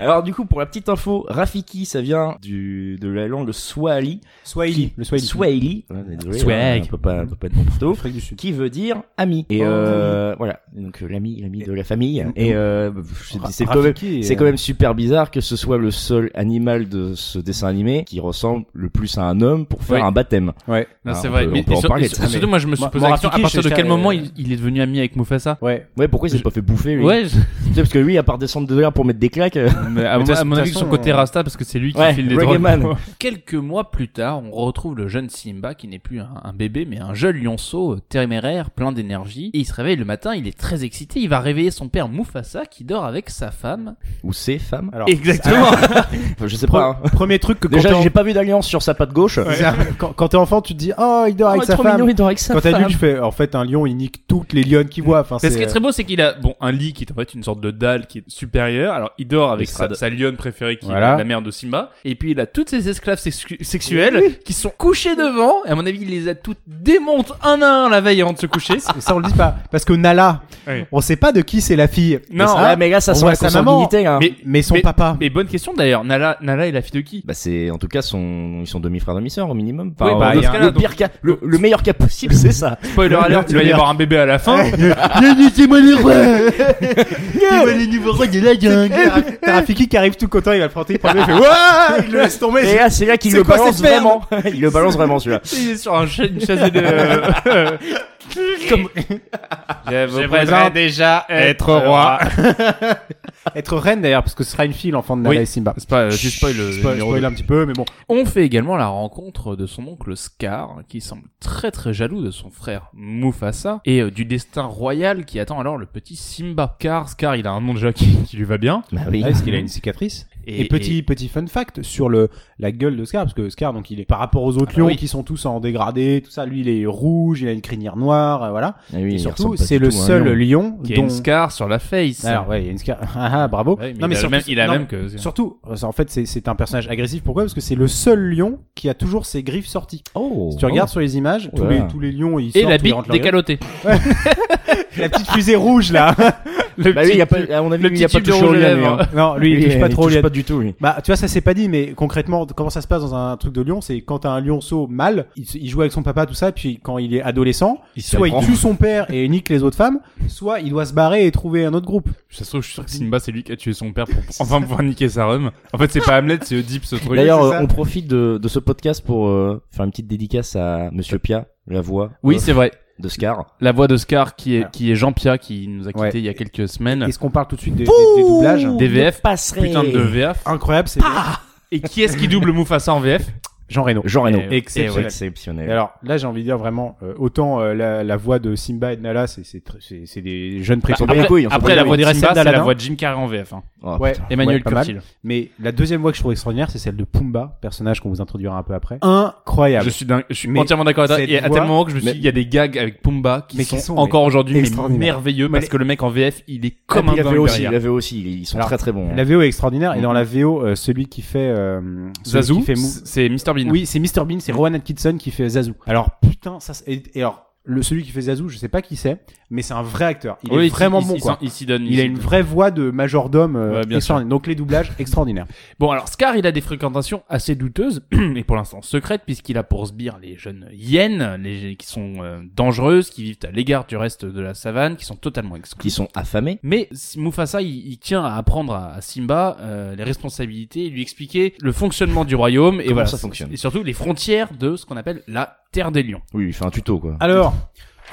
D: alors du coup, pour la petite info, Rafiki, ça vient du, de la langue Swahili.
C: Swahili, le Swahili.
D: Swahili. Ouais, désolé, hein,
B: Swag.
D: on peut pas, on peut pas être bon partout.
C: Afrique du Sud.
D: qui veut dire ami.
C: Oh,
D: Et euh, voilà, donc euh, l'ami, l'ami de la famille. Et euh, je dis, c'est quand même,
C: Rafiki,
D: c'est
C: euh,
D: quand même super bizarre que ce soit le seul animal de ce dessin animé qui ressemble le plus à un homme pour faire
B: Oui.
D: un baptême.
C: Ouais.
B: Non,
D: Alors,
B: c'est
D: on
B: vrai.
D: peut- on
B: mais
D: peut
B: et
D: en
B: sur-
D: parler
B: et
D: de
B: sur-
D: ça,
B: surtout, moi, je me suis
C: Moi-
B: posé
C: moi,
B: la question à
C: Rafiki,
B: partir de
C: je-
B: quel
C: je-
B: moment
C: euh,
B: il, il est devenu ami avec Mufasa
C: Ouais.
D: Ouais, pourquoi il s'est
B: Je-
D: pas fait bouffer lui
B: Ouais, je-
D: Tu sais, Parce que lui, à part descendre de l'air pour mettre des claques, euh,
B: mais à, mon-
C: Mais de
B: à mon
C: toute
B: avis, son
C: façon,
B: côté
C: euh,
B: rasta, parce que c'est lui qui
D: ouais,
B: file les
D: reggae
B: drogues.
D: man.
B: Quelques mois plus tard, on retrouve le jeune Simba qui n'est plus un, un bébé, mais un jeune lionceau euh, téméraire, plein d'énergie. Et il se réveille le matin, il est très excité, il va réveiller son père Mufasa qui dort avec sa femme.
D: Ou ses femmes.
C: Alors,
B: Exactement
D: Enfin, je sais
C: pre-
D: pas. hein.
C: Premier truc que quand t'es
D: Déjà,
C: en-
D: j'ai pas vu d'alliance sur sa patte gauche.
C: c'est un- quand- quand t'es enfant, tu te dis oh il dort avec sa femme. Quand t'es adulte, tu fais en fait un lion il nique toutes les lionnes qu'il voit. Enfin,
B: Mais ce qui est
C: c'est euh,
B: très beau, c'est qu'il a bon un lit qui est en fait une sorte de dalle qui est supérieure. Alors Alors, il dort avec sa,
D: Lestrade.
B: sa lionne préférée qui
C: Voilà.
B: est la mère de Simba. Et puis, il a toutes ses esclaves sexu- sexuelles qui sont couchées devant. Et à mon avis, il les a toutes démonte un à un la veille avant de se coucher.
C: Et ça, on le dit pas. Parce que Nala,
B: Oui.
C: on sait pas de qui c'est la fille.
B: Non,
C: Mais ça,
D: Ah, mais là, ça
C: on
D: sent
C: voit
D: la
C: sa maman.
D: consanguinité, hein. là.
B: Mais-
C: mais son papa.
B: Et bonne question d'ailleurs. Nala, Nala est la fille de qui
D: Bah c'est en tout cas son ils sont demi-frères demi-sœurs au minimum. Enfin,
B: Oui, bah,
D: euh,
B: dans
D: le,
B: ce cas-là,
D: le pire cas, le, le meilleur cas possible, c'est ça.
B: Spoiler alert, il
C: le
B: va y
C: meilleur.
B: avoir un bébé à la fin.
C: Tara- Tarafiki qui arrive tout content, il va le frotter, il prend le bébé, il fait Ouah Il le laisse tomber.
D: Et là, c'est là qu'il
C: C'est
D: le
C: quoi
D: balance
C: cette merde
D: vraiment. Il le balance vraiment celui-là.
B: il est sur un cha- une chaise de. Comme... Je vous
C: présente
B: déjà
C: être roi. Être reine d'ailleurs, parce que ce sera une fille, l'enfant de Nala
B: Oui.
C: et Simba.
B: C'est pas, euh, tu spoil le
C: Spoil-
B: numéro
C: spoil
B: deux.
C: un petit peu, mais bon.
B: On fait également la rencontre de son oncle Scar, qui semble très très jaloux de son frère Mufasa et euh, du destin royal qui attend alors le petit Simba. Car Scar, il a un nom déjà qui, qui lui va bien.
D: Bah oui.
C: Ouais, Ah, parce qu'il a une cicatrice. Et, petit petit fun fact sur le la gueule de Scar parce que Scar donc il est par rapport aux autres
B: Ah bah
C: lions
B: oui.
C: qui sont tous en dégradé tout ça lui il est rouge il a une crinière noire euh, voilà
D: Ah oui,
C: et
D: il
C: surtout
D: ressemble pas
C: c'est
D: du
C: le
D: tout à un
C: seul
D: lion.
C: lion
B: qui a
C: dont
B: une scar sur la face.
C: alors ouais il y a une Scar ah ah, bravo
B: Ouais, mais
C: non mais
B: il, a
C: surtout,
B: le même, il a
C: non,
B: le même que.
C: surtout euh, ça, en fait c'est c'est un personnage agressif pourquoi parce que c'est le seul lion qui a toujours ses griffes sorties
D: Oh.
C: si tu regardes sur les images tous
D: Ouais.
C: les tous les lions ils
B: Et
C: sortent
B: la
C: ils
B: bite
C: rentrent leur gueule.
B: décalotée.
C: la petite fusée rouge là
B: Le
D: Bah
B: petit-
D: lui, il y a pas, à mon avis,
B: le
D: lui, il y a
B: petit
D: pas
B: tube
D: touché
B: de
D: au
B: rouge à
D: lien, lui,
B: lèvres.
D: hein.
C: non lui il
D: Lui,
C: touche pas trop
D: touche
C: il a-
D: pas du tout, lui.
C: Bah, tu vois, ça s'est pas dit, mais concrètement, comment ça se passe dans un truc de lion, c'est quand t'as un lionceau mâle, il, se- il joue avec son papa, tout ça, et puis quand il est adolescent, soit il
D: prend.
C: tue son père et nique les autres femmes, soit il doit se barrer et trouver un autre groupe.
B: Ça se trouve, je suis sûr que Simba, c'est lui qui a tué son père pour enfin pouvoir niquer sa rhum. En fait, c'est pas Hamlet, c'est Oedipe, ce truc.
D: D'ailleurs,
C: c'est
D: euh,
C: ça.
D: on profite de, de ce podcast pour euh, faire une petite dédicace à Monsieur Pia, la voix euh,
B: Oui, c'est vrai.
D: de Scar.
B: La voix de Scar qui est,
C: Voilà.
B: qui est Jean Pierre, qui nous a quittés
C: Ouais.
B: il y a quelques semaines.
C: Est-ce qu'on parle tout de suite des, des- des doublages
B: Des Ah VF.
D: passerait.
B: Putain de VF.
C: Incroyable, c'est
B: Et qui est-ce qui double Mufasa en VF
C: Jean Reno. Eh,
D: Jean Reno.
B: Et-
C: Exceptionnel.
D: Exceptionnel.
C: Et alors là j'ai envie de dire vraiment euh, autant euh, la, la voix de Simba et de Nala c'est c'est tr- c'est c'est des jeunes
D: Ils sont
C: prétendants
D: pas bien couilles, ils sont
B: Bah, Après,
D: pas
B: la
D: bien
B: voix de
C: couilles.
B: Simba, c'est
C: Simba
B: la
C: d'Aladin.
B: voix de Jim Carrey en Vf. hein.
D: couilles. Oh,
C: ouais
B: Emmanuel
C: ouais, pas mal.
B: Curtil.
C: mais la deuxième voix que je trouve extraordinaire c'est celle de Pumba personnage qu'on vous introduira un peu après incroyable
B: Je suis, dingue- je suis
C: Mais
B: entièrement d'accord avec toi.
C: cette
B: Et à
C: voix-
B: tel moment que je me suis
D: mais-
B: dit, il y a des gags avec Pumba qui,
C: Mais
B: sont,
C: qui sont,
B: encore aujourd'hui mais
C: extraordinaires.
B: merveilleux parce
C: les- Ah,
B: que le mec en VF, il est
D: Comme
B: comme un
D: la
B: dingue
D: VO aussi,
B: derrière.
D: la VO aussi, ils sont
C: Alors,
D: très très bons. hein.
C: La VO est extraordinaire et
B: Mhm.
C: dans la VO euh, celui qui fait euh, celui
B: Zazu,
C: qui fait mou-
B: c'est Mr Bean. Mhm.
C: Oui, c'est Mr Bean, c'est Rowan Atkinson qui fait Zazu. Alors putain, ça c'est- et, et alors le celui qui fait Zazu, je sais pas qui c'est, mais c'est un vrai acteur. Il
B: Oui,
C: est vraiment
B: il-
C: bon
B: il-
C: quoi.
B: Il s'y donne.
C: Il a une vraie voix de majordome euh,
B: Ouais, bien
C: extraordinaire. Donc les doublages extraordinaires.
B: Bon, alors Scar, il a des fréquentations assez douteuses, et pour l'instant secrètes, puisqu'il a pour sbire les jeunes hyènes, les qui sont euh, dangereuses, qui vivent à l'égard du reste de la savane, qui sont totalement exclus.
D: Qui sont affamés.
B: Mais si- Mufasa, il, il tient à apprendre à, à Simba euh, les responsabilités, lui expliquer le fonctionnement du royaume et
D: Comment
B: voilà,
D: ça fonctionne.
B: et surtout les frontières de ce qu'on appelle la Terre des Lions.
D: Oui, il fait un tuto quoi.
C: Alors,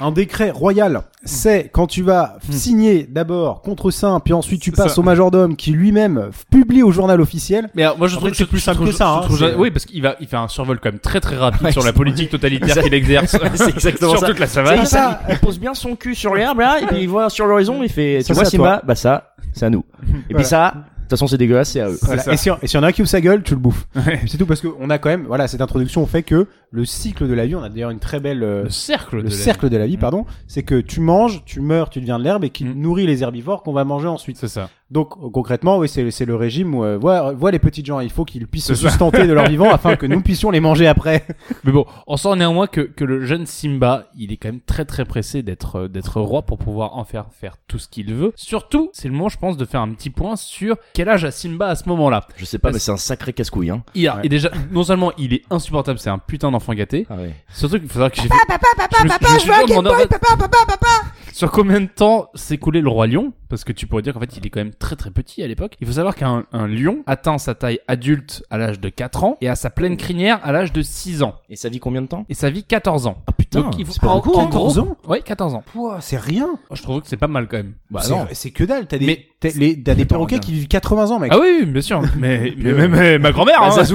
C: un décret royal, c'est quand tu vas signer d'abord contre saint, puis ensuite tu
B: Mhm. C'est
C: passes
B: ça.
C: au majordome qui lui-même publie au journal officiel.
B: Ah, Mais alors, moi, je
C: En
B: trouve
C: fait,
B: que
C: c'est plus
B: je
C: simple
B: trouve-
C: que ça,
B: je
C: hein,
B: trouve-
C: c'est-
B: oui, parce qu'il va, il fait un survol quand même très très rapide sur la politique totalitaire qu'il exerce.
D: C'est exactement
B: sur
D: ça.
B: toute la
D: Ça,
B: savane.
D: il, ça, il pose bien son cul sur l'herbe là, et puis il voit sur l'horizon, il fait
C: Ça,
D: Tu vois
C: c'est à
D: Simba Bah ça, c'est à nous. Et puis
C: Voilà.
D: ça, de toute façon c'est dégueulasse, c'est à eux.
C: Voilà. Et si et si y en a un qui ouvre sa gueule, tu le bouffes. C'est tout parce qu'on a quand même, voilà, cette introduction fait que le cycle de la vie, on a d'ailleurs une très belle euh,
B: Le cercle. de
C: le
B: la-
C: cercle de la vie, pardon, c'est que tu manges, tu meurs, tu deviens de l'herbe et qui
B: Mm.
C: nourrit les herbivores qu'on va manger ensuite.
B: C'est ça.
C: Donc euh, concrètement, oui, c'est c'est le régime où euh, voilà, voilà les petites gens, il faut qu'ils puissent se
B: C'est ça.
C: sustenter de leur vivant afin que nous puissions les manger après.
B: Mais bon, on sent néanmoins que, que le jeune Simba, il est quand même très très pressé d'être euh, d'être roi pour pouvoir en faire faire tout ce qu'il veut. Surtout, c'est le moment, je pense, de faire un petit point sur quel âge a Simba à ce moment-là.
D: Je sais pas, mais c'est un sacré casse-couille. Hein.
B: Il a, et déjà, non seulement il est insupportable, c'est un putain d'enfant gâté.
D: Ah ouais.
B: Surtout qu'il faut savoir que j'ai papa, papa, papa, papa, je veux papa, papa, papa. Sur combien de temps s'écoulait le roi lion Parce que tu pourrais dire qu'en fait, il est quand même très très petit à l'époque. Il faut savoir qu'un un lion atteint sa taille adulte à l'âge de 4 ans et à sa pleine crinière à l'âge de 6 ans.
D: Et ça vit combien de temps
B: Et sa vie 14 ans.
D: Ah putain,
B: Donc, il faut-
D: c'est pas
B: en-
D: beaucoup.
B: en
D: hein.
B: gros-
C: 14 ans
B: Ouais, 14 ans.
C: Pouah, c'est rien.
B: Je trouve que c'est pas mal quand même.
C: C'est- c'est que dalle. T'as
B: Mais-
C: des, t'as les- t'as des perroquets qui vivent 80 ans, mec.
B: Ah oui, oui, bien sûr. Mais, mais même euh, ma grand-mère,
D: Bah,
B: hein.
D: Zazou,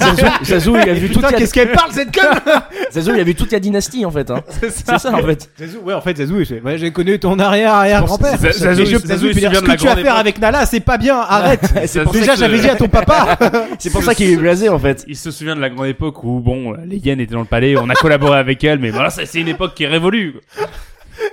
D: Zazou, Zazou, il a vu toute
C: Putain,
D: la...
C: qu'est-ce qu'elle parle cette conne
D: Zazou, il a vu toute la dynastie en fait. Hein. C'est ça. en fait.
C: Zazou, ouais, en fait, Zazou, il fait, ouais, j'ai connu ton arrière-arrière-grand-père.
B: Zazou, Zazou,
C: Et je-
B: Zazou,
C: Zazou, il
B: il
C: peut dire,
B: vient
C: ce
B: de la
C: que tu vas
B: grande
C: faire
B: époque.
C: avec Nala, c'est pas bien, arrête.
B: C'est pour ça
C: Déjà,
B: que-
C: j'avais dit à ton papa.
D: C'est pour ça qu'il est blasé en fait.
B: Il se souvient de la grande époque où, bon, les hyènes étaient dans le palais, on a collaboré avec elle, mais voilà, ça, c'est une époque qui est révolue. quoi.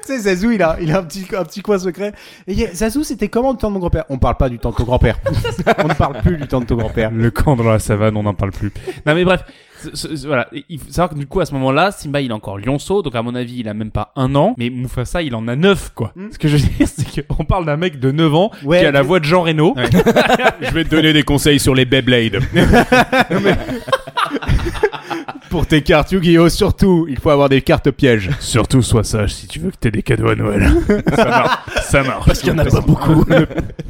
C: sais, Zazou, il a, il a un petit, un petit coin secret. Et il y a- Zazou, c'était comment le temps de mon grand-père On parle pas du temps de ton grand-père. On ne parle plus du temps de ton grand-père.
B: Le camp dans la savane, on n'en parle plus. Non mais bref, ce- ce- ce- voilà. Et Il faut savoir que du coup à ce moment-là, Simba il est encore lionceau, donc à mon avis il a même pas un an, mais Mufasa il en a neuf quoi. Ce que je veux dire c'est qu'on parle d'un mec de 9 ans
C: Ouais,
B: qui a la
C: mais-
B: voix de Jean Reno.
E: Je vais te donner des conseils sur les Beyblade.
C: Pour tes cartes Yu-Gi-Oh, surtout, il faut avoir des cartes pièges.
B: Surtout sois sage si tu veux que t'aies des cadeaux à Noël. ça marche. Ça marche. Parce qu'il y en a pas beaucoup.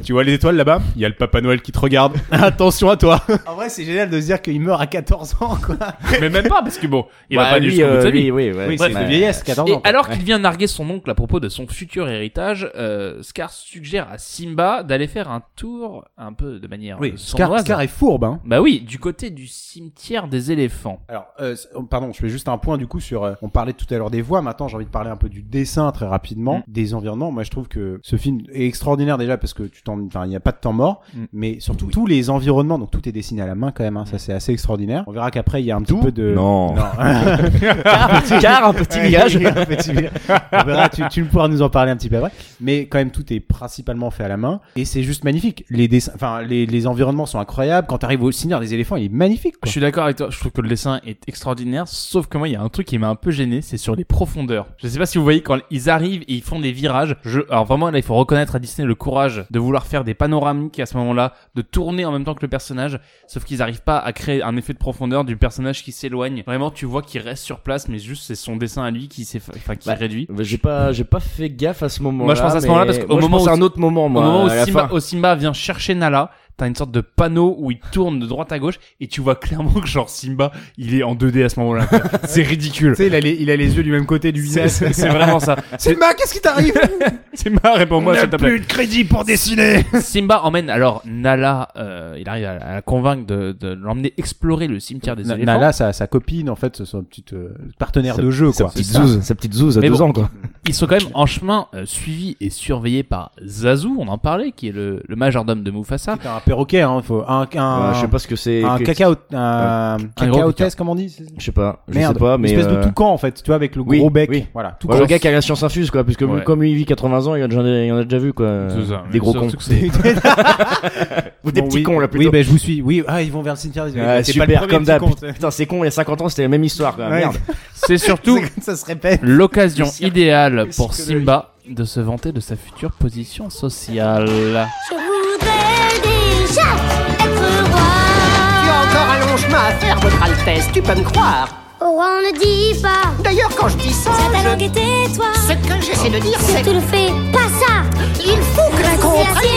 E: tu vois les étoiles là-bas Il y a le Papa Noël qui te regarde.
C: Attention à toi. En vrai, c'est génial de se dire qu'il meurt à 14 ans, quoi.
B: Mais même pas parce que bon, il
D: Bah,
B: a pas
D: lui,
B: dû jusqu'au bout de
D: euh,
B: sa vie.
D: lui, oui, ouais,
C: Oui,
D: ouais.
C: c'est une vieillesse, 14
B: Et
C: ans. quoi.
B: alors qu'il vient narguer son oncle à propos de son futur héritage, euh, Scar suggère à Simba d'aller faire un tour un peu de manière
C: oui,
B: euh,
C: Scar,
B: sournoise.
C: Scar est fourbe, hein.
B: Bah oui, du côté du cimetière des éléphants.
C: Alors, euh, c- oh, pardon, je fais juste un point du coup sur. euh, on parlait tout à l'heure des voix. Maintenant, j'ai envie de parler un peu du dessin très rapidement,
B: Mm.
C: des environnements. Moi, je trouve que ce film est extraordinaire déjà parce que tu t'en, enfin, il n'y a pas de temps mort,
B: Mm.
C: mais surtout tous les environnements. Donc tout est dessiné à la main quand même. hein, ça, c'est assez extraordinaire. On verra qu'après, il y a un petit peu de.
D: Euh, Non.
C: Car un
D: petit village.
C: un petit village. On verra, tu, tu pourras nous en parler un petit peu après. Mais quand même, tout est principalement fait à la main. Et c'est juste magnifique. Les dessins, enfin, les, les environnements sont incroyables. Quand t'arrives au cimetière des éléphants, il est magnifique,
B: Je
C: quoi.
B: suis d'accord avec toi, je trouve que le dessin est extraordinaire, sauf que moi il y a un truc qui m'a un peu gêné, c'est sur les profondeurs. Je sais pas si vous voyez quand ils arrivent et ils font des virages, je alors vraiment là il faut reconnaître à Disney le courage de vouloir faire des panoramiques à ce moment-là, de tourner en même temps que le personnage, sauf qu'ils arrivent pas à créer un effet de profondeur du personnage qui s'éloigne. Vraiment tu vois qu'il reste sur place mais juste c'est son dessin à lui qui s'est enfin qui
D: Bah,
B: réduit.
D: Bah, J'ai pas, j'ai pas fait gaffe à ce moment-là.
B: Moi, je pense à ce
D: mais-
B: moment-là parce qu'au
D: Moi, je
B: moment
D: pense
B: où-
D: à un autre moment, moi.
B: Au moment où
D: à la
B: Simba,
D: fin.
B: où Simba vient chercher Nala, t'as une sorte de panneau où il tourne de droite à gauche et tu vois clairement que genre Simba, il est en 2D à ce moment-là. quoi. c'est ridicule.
C: sais, il a, les, il a les yeux du même côté du
B: C'est c'est- c'est vraiment ça. C'est-
C: Simba, qu'est-ce qui t'arrive
B: Simba, réponds-moi s'il te plaît.
C: de crédit pour dessiner
B: Simba emmène alors Nala, euh, il arrive à, à la convaincre de, de l'emmener explorer le cimetière des éléphants.
C: Nala, sa, sa copine, en fait, c'est son petit euh, partenaire de jeu,
D: Sa
C: quoi.
D: petite zouze, sa petite zouze à
B: Mais
D: deux
B: bon.
D: ans, quoi.
B: Ils sont quand même en chemin, euh, suivis et surveillés par Zazu, on en parlait, qui est le, le majordome de Mufasa.
C: C'est un perroquet, hein. Faut un, un,
D: Ouais, Euh, je sais pas ce que c'est.
C: un
B: Ah,
D: que-
C: cacao, un,
B: gros
C: cacaotès, comme on dit. c'est-
D: Je sais pas. Je
C: Merde.
D: sais pas,
C: Une
D: mais.
C: espèce
D: euh,
C: de toucan, en fait, tu vois, avec le
D: oui,
C: gros bec.
D: oui.
C: Voilà.
D: ouais,
C: Toucan.
D: le gars qui a la science infuse, quoi. Parce que
B: Ouais.
D: comme il vit 80 ans, il y en a déjà, il y en a déjà vu, quoi.
B: C'est ça.
D: Des gros
B: Euh, Surtout
D: cons.
B: que c'est-
D: Ou des
C: Bon,
D: petits
C: oui.
D: cons, là, plutôt.
C: Oui, ben, je vous suis. Oui, ah, ils vont vers le cimetière. des
D: Ah,
C: éléphants. C'est pas le
D: super,
C: premier
D: comme
C: petit
D: d'hab.
C: con,
D: Putain, c'est con, il y a 50 ans, c'était la même histoire, quoi.
C: Ouais.
D: Merde.
B: C'est surtout
C: c'est- Ça se répète.
B: L'occasion
D: Psy-
B: idéale pour
D: psychologie.
B: Simba de se vanter de sa future position sociale.
F: Je voudrais déjà être
G: Tu as
F: roi.
G: encore un long chemin à faire, votre Altesse, tu peux me croire.
F: Oh, on le dit pas.
G: D'ailleurs, quand je dis ça,
F: Ça t'a
G: je-
F: langue était, toi.
G: ce que j'essaie de dire, c'est
F: Surtout le fais pas ça. Il faut que
G: la comprenne.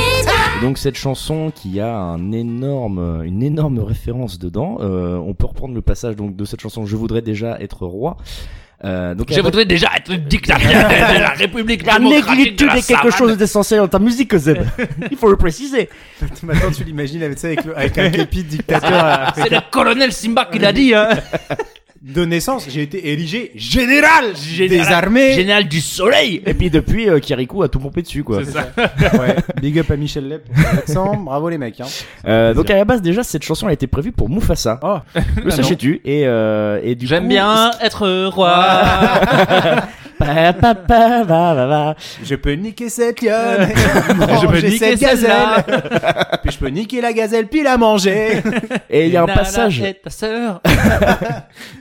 D: Donc cette chanson qui a un énorme, une énorme référence dedans, euh, on peut reprendre le passage donc de cette chanson. Je voudrais déjà être roi. Euh, donc
B: Je voudrais déjà être dictateur de la République démocratique de la savane.
D: d'essentiel dans ta musique, Zeb. Il faut le préciser.
C: Maintenant, tu l'imagines avec, ça, avec, le- avec un képi de dictateur euh,
B: C'est le colonel Simba qui l'a dit, hein.
H: euh,
C: de naissance. J'ai été érigé général,
B: Général.
C: des armées.
B: général du soleil.
D: Et puis depuis, euh, Kirikou a tout pompé dessus, quoi.
C: Ouais. Big up à Michel Leb pour son accent. Bravo les mecs. Hein.
D: Euh, donc à la base déjà, cette chanson a été prévue pour Mufasa.
C: Oh.
D: Le sachez-tu Et euh, et du
B: J'aime
D: coup-
B: bien être roi.
D: Pa, pa, pa, va, va, va.
C: Je peux niquer cette lionne,
B: Je
C: je
B: peux
C: peux
B: niquer
C: cette
B: celle-là.
C: gazelle, puis je peux niquer la gazelle puis la manger.
D: Et il y a un
B: Nala
D: passage.
B: est ta sœur.
H: Eh ben,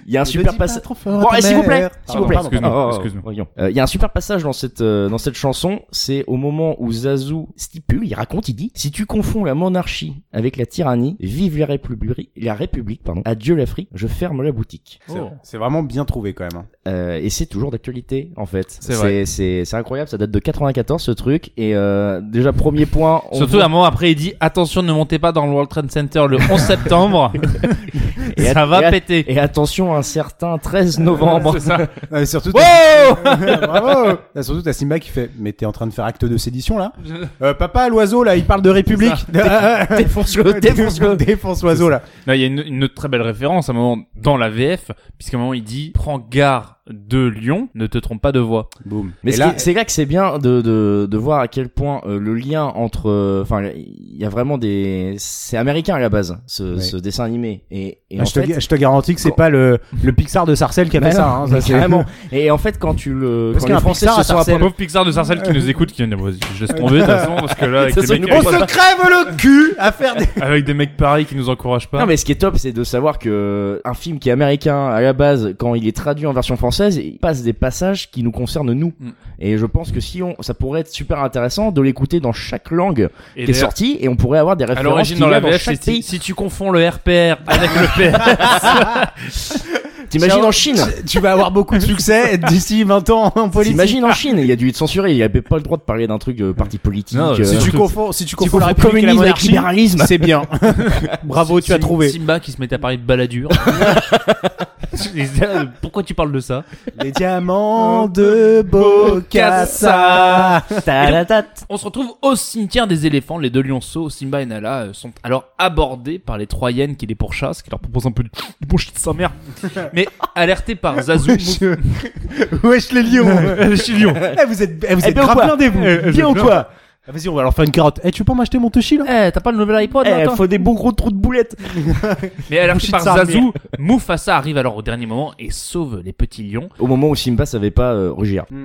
D: Il y a un super passage.
C: ah, Bon,
D: eh, s'il vous plaît, s'il vous plaît.
E: excuse-nous,
D: Oh, oh, oh,
E: excuse-nous.
D: voyons. Euh, Il y a un super passage dans cette euh, dans cette chanson. C'est au moment où Zazu stipule, il raconte, il dit si tu confonds la monarchie avec la tyrannie, vive la république, la république, pardon. Adieu l'Afrique, je ferme la boutique.
C: C'est vraiment bien trouvé quand même. hein.
D: Euh, et c'est toujours d'actualité en fait.
B: C'est vrai.
D: C'est c'est incroyable. Ça date de 94 ce truc. Et euh, déjà premier point. on
B: Surtout,
D: voit-
B: à un moment après, il dit, attention, ne montez pas dans le World Trade Center le 11 septembre.
D: Et
B: hein, ça
D: at- et
B: va
D: at-
B: péter.
D: Et attention, un certain 13 novembre.
C: Et surtout,
B: Wow!
C: bravo. Et surtout t'as Simba qui fait, mais t'es en train de faire acte de sédition là Euh, Papa, l'oiseau là, il parle de République.
D: Défonce-le, défonce-le.
C: défonce l'oiseau là.
B: Là, il y a une, une autre très belle référence à un moment dans la VF, puisqu'à un moment il dit prends garde de Lyon, ne te trompe pas de voix.
C: Boum.
D: Mais
E: Et
D: ce
E: là-
D: qui- c'est là que c'est bien de, de, de voir à quel point euh, le lien entre, euh, enfin, il y a vraiment des, c'est américain à la base, ce,
C: Ouais.
D: ce dessin animé. Et, et
C: Ah,
D: en
C: je, te,
D: fait,
C: ga- je te garantis que c'est pas le, le Pixar de Sarcelles qui a fait
D: Bah
C: ça.
D: non,
C: hein, ça,
D: mais
C: c'est-
D: carrément. Et en fait, quand tu le,
C: Parce
D: quand les
C: qu'un
D: Français
C: Pixar
D: se
C: à
D: sont
C: Sarcelles-
D: appropriés-
B: Pauvre Pixar de Sarcelles qui nous écoute, qui vient de... Vas-y, Je laisse tomber, de toute façon, parce que là, avec
D: Ça
B: des,
D: sonne
B: mecs,
D: pas
C: On
B: avec,
C: se crève le cul à faire des.
B: avec des mecs pareils qui nous encouragent pas.
D: Non mais ce qui est top c'est de savoir que euh, un film qui est américain à la base quand il est traduit en version française il passe des passages qui nous concernent nous
B: Mm.
D: et je pense que si on ça pourrait être super intéressant de l'écouter dans chaque langue
B: Et
D: qui est
B: d'ailleurs,
D: sortie et on pourrait avoir des
B: À
D: références
B: l'origine,
D: qui
B: dans la
D: viennent
B: VF,
D: chaque
B: c'est si,
D: pays.
B: si tu confonds le RPR avec le PR.
D: T'imagines
C: Ciao.
D: en Chine
C: Tu vas avoir beaucoup de succès d'ici 20 ans en politique.
D: T'imagines en Chine il y a dû être censuré il avait pas le droit de parler d'un truc de parti politique.
B: Non,
D: euh,
B: si
C: Si tu
B: Surtout-
C: confonds, si tu
D: tu
C: confonds la
D: confonds
C: République et la
D: communisme avec
C: monarchie,
D: libéralisme.
C: c'est bien. Bravo, tu as
B: Sim-
C: trouvé.
B: Simba qui se mettait à parler de baladure. euh, Pourquoi tu parles de ça
C: Les diamants de Bocassa.
B: On se retrouve au cimetière des éléphants. Les deux lionceaux, Simba et Nala, euh, sont alors abordés par les Troyennes qui les pourchassent, qui leur proposent un peu de du bon shit de sa mère. Mais alertés par Zazu, Mufasa-
C: euh, Wesh les lions.
B: Euh, chez Lyon.
C: Eh, vous êtes, eh, vous
D: Eh
C: êtes
D: bien ou
C: grave
D: quoi
C: blindés, vous.
B: Eh, eh,
C: bien
B: je
C: ou
B: blinde.
C: quoi Ah, Vas-y, on va leur faire une carotte. Eh, tu peux m'acheter mon Toshilo
B: Eh, t'as pas le nouvel iPod là,
D: Eh,
B: toi
D: faut des bons gros trous de boulettes.
B: Mais alertés par
C: de sa
B: Zazu, Mufasa arrive alors au dernier moment et sauve les petits lions.
D: Au moment où Simba savait pas euh, rugir.
C: Mm,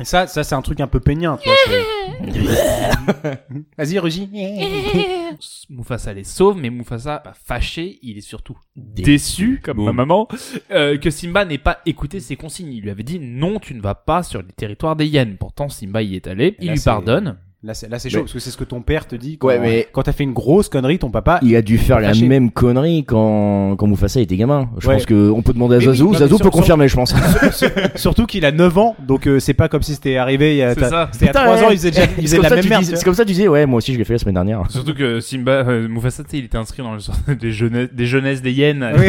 C: Et ça, ça c'est un truc un peu peignant. tu vois, c'est- Vas-y, Rugy.
B: Mufasa les sauve, mais Mufasa, bah, fâché, il est surtout
D: Dé-
B: déçu, comme
E: Boum.
B: ma maman, euh, que Simba n'ait pas écouté ses consignes. Il lui avait dit non, tu ne vas pas sur les territoires des hyènes. Pourtant, Simba y est allé, il
C: là,
B: lui
C: c'est-
B: pardonne.
C: Là, c'est là, c'est chaud
D: Mais-
C: parce que c'est ce que ton père te dit. Quand,
D: Ouais, mais-
C: quand t'as fait une grosse connerie, ton
B: Ah.
C: papa.
D: Il a dû faire la
C: Fâché.
D: même connerie quand, quand Mufasa était gamin. Je
C: Ouais.
D: pense que on peut demander à
C: Mais oui,
D: Zazu.
C: non, mais
D: Zazu
C: sur-
D: peut
C: sur-
D: confirmer, je pense.
C: Surtout qu'il a 9 ans, donc euh, c'est pas comme si c'était arrivé. il y a-
B: C'est
C: t'as-
B: ça.
C: C'était à 3 ans, il faisait, déjà, il faisait de la même merde. tu
D: C'est comme ça que tu disais, ouais, moi aussi je l'ai fait la semaine dernière.
B: Surtout que Simba, euh, Mufasa, tu sais, il était inscrit dans le sort des jeunesses des, jeunesses des hyènes.
C: Oui.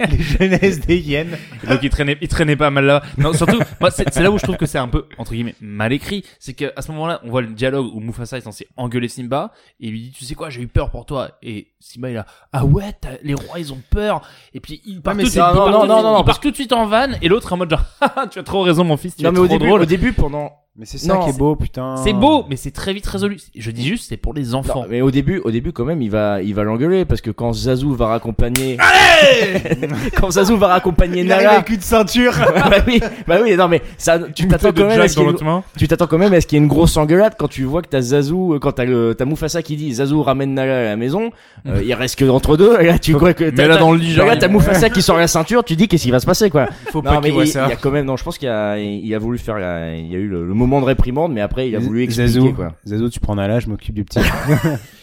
C: Les jeunesses des hyènes.
B: Donc il traînait, il traînait pas mal là. Non, surtout, moi, c'est c'est là où je trouve que c'est un peu entre guillemets mal écrit, c'est que à ce moment-là, on voit le dialogue où Mufasa est censé engueuler Simba et il lui dit, tu sais quoi, j'ai eu peur pour toi. Et Simba il a, ah ouais, t'as- les rois ils ont peur. Et puis il part
C: mais
B: tout de suite,
C: c'est-
B: il
D: non,
B: part
D: non,
B: tout de
D: non,
B: suite-
D: non,
B: il part tout de suite en vanne et l'autre en mode genre, Ah, ah, tu as trop raison mon fils, tu es trop drôle.
D: début, pendant.
C: Mais c'est ça
D: Non.
C: qui est beau, putain.
B: C'est beau, mais c'est très vite résolu. Je dis juste, c'est pour les enfants.
D: mais au début, au début, quand même, il va, il va l'engueuler parce que quand Zazu va raccompagner, quand Zazu va raccompagner
C: Il arrive
D: Nala,
C: avec une ceinture.
D: bah oui, bah oui, non mais ça, tu t'attends
B: Bouteille
D: quand même à ce qu'il y ait une-
B: main.
D: tu t'attends quand même à ce qu'il y ait une grosse engueulade quand tu vois que t'as Zazu, euh, quand t'as le, t'as Mufasa qui dit Zazu ramène Nala à la maison, euh, il reste que entre deux, et là tu vois que
B: Mm. Mais là dans le lit, genre,
D: Regarde, t'as
B: il-
D: Mufasa qui sort la ceinture, tu dis qu'est-ce qui va se passer quoi.
C: Faut
D: Non, mais il,
C: voit
D: il y a quand même, non, je pense qu'il y a, il a voulu faire, la- il y a eu le, le moment de réprimande, mais après il a voulu expliquer
C: Zazu,
D: quoi.
C: Zazu, tu prends Nala, je m'occupe du petit.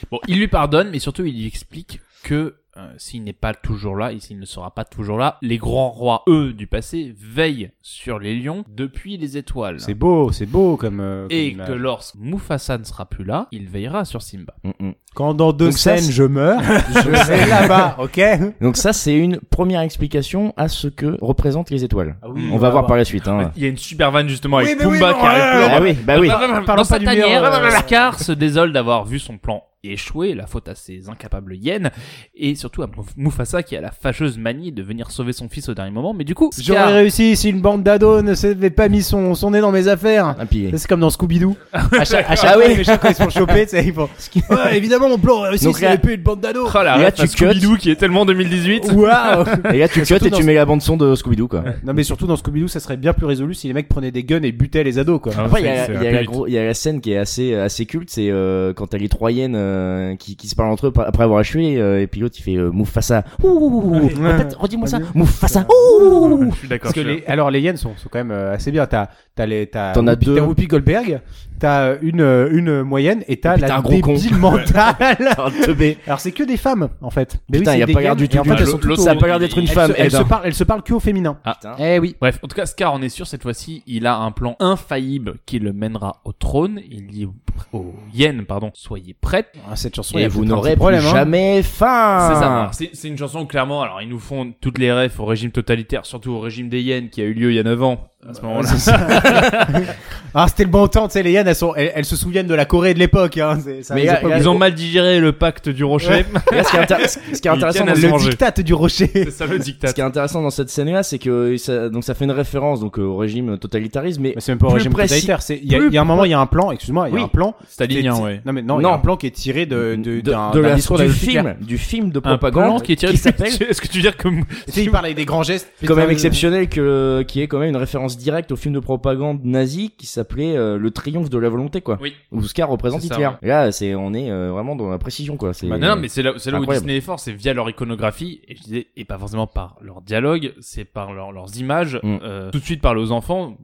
B: Bon, il lui pardonne, mais surtout il lui explique que euh, s'il n'est pas toujours là, et s'il ne sera pas toujours là, les grands rois, eux, du passé, veillent sur les lions depuis les étoiles.
C: C'est beau, c'est beau comme. euh,
B: Et
C: comme
B: que
C: image.
B: lorsque Mufasa ne sera plus là, il veillera sur Simba.
D: Mm, mm.
C: Quand dans deux
D: Donc ça,
C: scènes
D: c'est-
C: je meurs, je serai là-bas, ok
D: Donc ça c'est une première explication à ce que représentent les étoiles.
C: Mm.
D: on, va voir par la suite. Hein.
B: Il y a une super vanne justement
C: Oui,
B: avec
C: mais oui,
B: Pumba
C: mais
B: qui arrive.
C: ouais,
B: pleurant.
D: Ah oui, bah oui.
B: Dans
C: Parlons
B: sa
C: pas du mur,
B: tanière,
C: euh,
B: Scar se désole d'avoir vu son plan échouer, la faute à ses incapables hyènes, et surtout à Muf- Mufasa qui a la fâcheuse manie de venir sauver son fils au dernier moment. Mais du coup,
C: J'aurais
B: Scar,
C: réussi si une bande d'ados ne s'avait pas mis son, son nez dans mes affaires.
D: Un pilier.
C: Ça, C'est comme dans Scooby-Doo. Ah À chaque, à chaque fois, les méchants, quand ils se font choper, tu sais, ils font. Ouais, évidemment, mon plan a réussi,
D: Donc
C: c'est
D: là-
C: l'épée et une bande d'ados.
B: oh la
D: Et là,
B: ref
D: tu
B: à
D: cuts.
B: Scooby-Doo qui est tellement 2018.
C: Waouh
D: Et là tu cut et tu
C: dans-
D: mets la bande son de Scooby-Doo quoi.
C: Non, mais surtout dans Scooby-Doo, ça serait bien plus résolu si les mecs prenaient des guns et butaient les ados, quoi.
D: Après, il y, a- il y a la gros- il y a la scène qui est assez, assez culte, c'est euh, quand t'as les Troyennes euh, qui, qui se parlent entre eux par- après avoir achevé, euh, et puis l'autre il fait euh, Mufasa. Ouh, répète, redis-moi ça. Mufasa. Ouh.
B: Je suis d'accord.
C: Parce que les, alors les hyènes sont, sont quand même euh, assez bien. T'as t'as les t'as
D: T'en as
C: Whoopi-
D: deux.
C: t'as Whoopi Goldberg, t'as euh, une euh, une euh, moyenne et
D: Et
C: t'as
D: puis t'as
C: la
D: un gros con.
C: débile mentale.
D: Un teubé.
C: alors c'est que des femmes en fait. Mais
D: Putain,
C: c'est
D: y a
C: des
D: pas l'air
C: hyènes,
D: du
C: et
D: tout
C: En
D: du
C: fait, elles
D: tout.
C: sont toutes
D: L'autre, ça a
C: au-
D: pas l'air d'être une
C: elles
D: femme,
C: se- Elles se
D: Edwin.
C: parlent elles se parlent que au féminin.
B: Ah.
D: Putain.
C: Eh oui.
B: Bref, en tout cas, Scar, on est sûr, cette fois-ci, il a un plan infaillible qui le mènera au trône. Il dit aux aux hyènes, pardon, soyez prêtes.
C: Ah, Cette chanson, il y
D: Et
C: a
D: vous
C: peut-être un
D: n'aurez
C: petit
D: plus
C: problème, hein.
D: jamais faim.
B: C'est ça. Alors, C'est c'est une chanson, où, clairement, alors ils nous font toutes les refs au régime totalitaire, surtout au régime des hyènes qui a eu lieu il y a 9 ans. à ce
D: Oh
B: moment-là.
C: Ah, c'était le bon temps, tu sais, les Yann, elles, sont, elles, elles se souviennent de la Corée de l'époque. Hein, c'est- ça
D: Mais
C: les a
D: là-
C: pas
D: là-
C: oubliés.
B: Ils ont mal digéré le pacte du rocher.
D: Et là, ce qui est, intér- ce qui est intéressant,
B: tiennent
D: dans
B: à
D: ce-
B: se
C: le
B: manger.
C: dictat du rocher.
B: C'est ça le
D: ce
B: dictat.
D: qui est intéressant dans cette scène-là, c'est que ça, donc ça fait une référence donc euh, au régime totalitariste, mais
C: Mais c'est même pas au
D: Plus
C: régime
D: précis-
C: totalitaire. c'est- Il y, a-
D: plus-
C: il y a un moment, il y a un plan, excuse-moi, il y a
D: Oui.
C: un plan.
B: Stalinien,
C: C'est-
B: ouais.
C: Non, mais non, il y
D: Non.
C: a un plan qui est tiré de, de, d'un- d'un
D: la-
C: discours
D: du
C: d'Adolf Hitler.
D: film, du film de
B: Un plan
D: propagande
B: qui est tiré.
D: s'appelle
B: Est-ce que tu veux dire que
C: Tu sais, il parle avec des grands gestes.
D: quand même
C: Putain,
D: exceptionnel que qui est quand même une référence directe au film de propagande nazi qui s'appelait euh, Le Triomphe de la volonté quoi.
B: Oui.
D: Où Oscar représente
B: C'est ça,
D: Hitler. Et Là, c'est on est euh, vraiment dans la précision quoi, c'est
B: Bah non, non, mais c'est là, c'est là où
D: incroyable.
B: Disney est fort, c'est via leur iconographie, et je disais, et pas forcément par leur dialogue, c'est par leur- leurs images,
D: Mm.
B: euh, tout de suite parler aux enfants.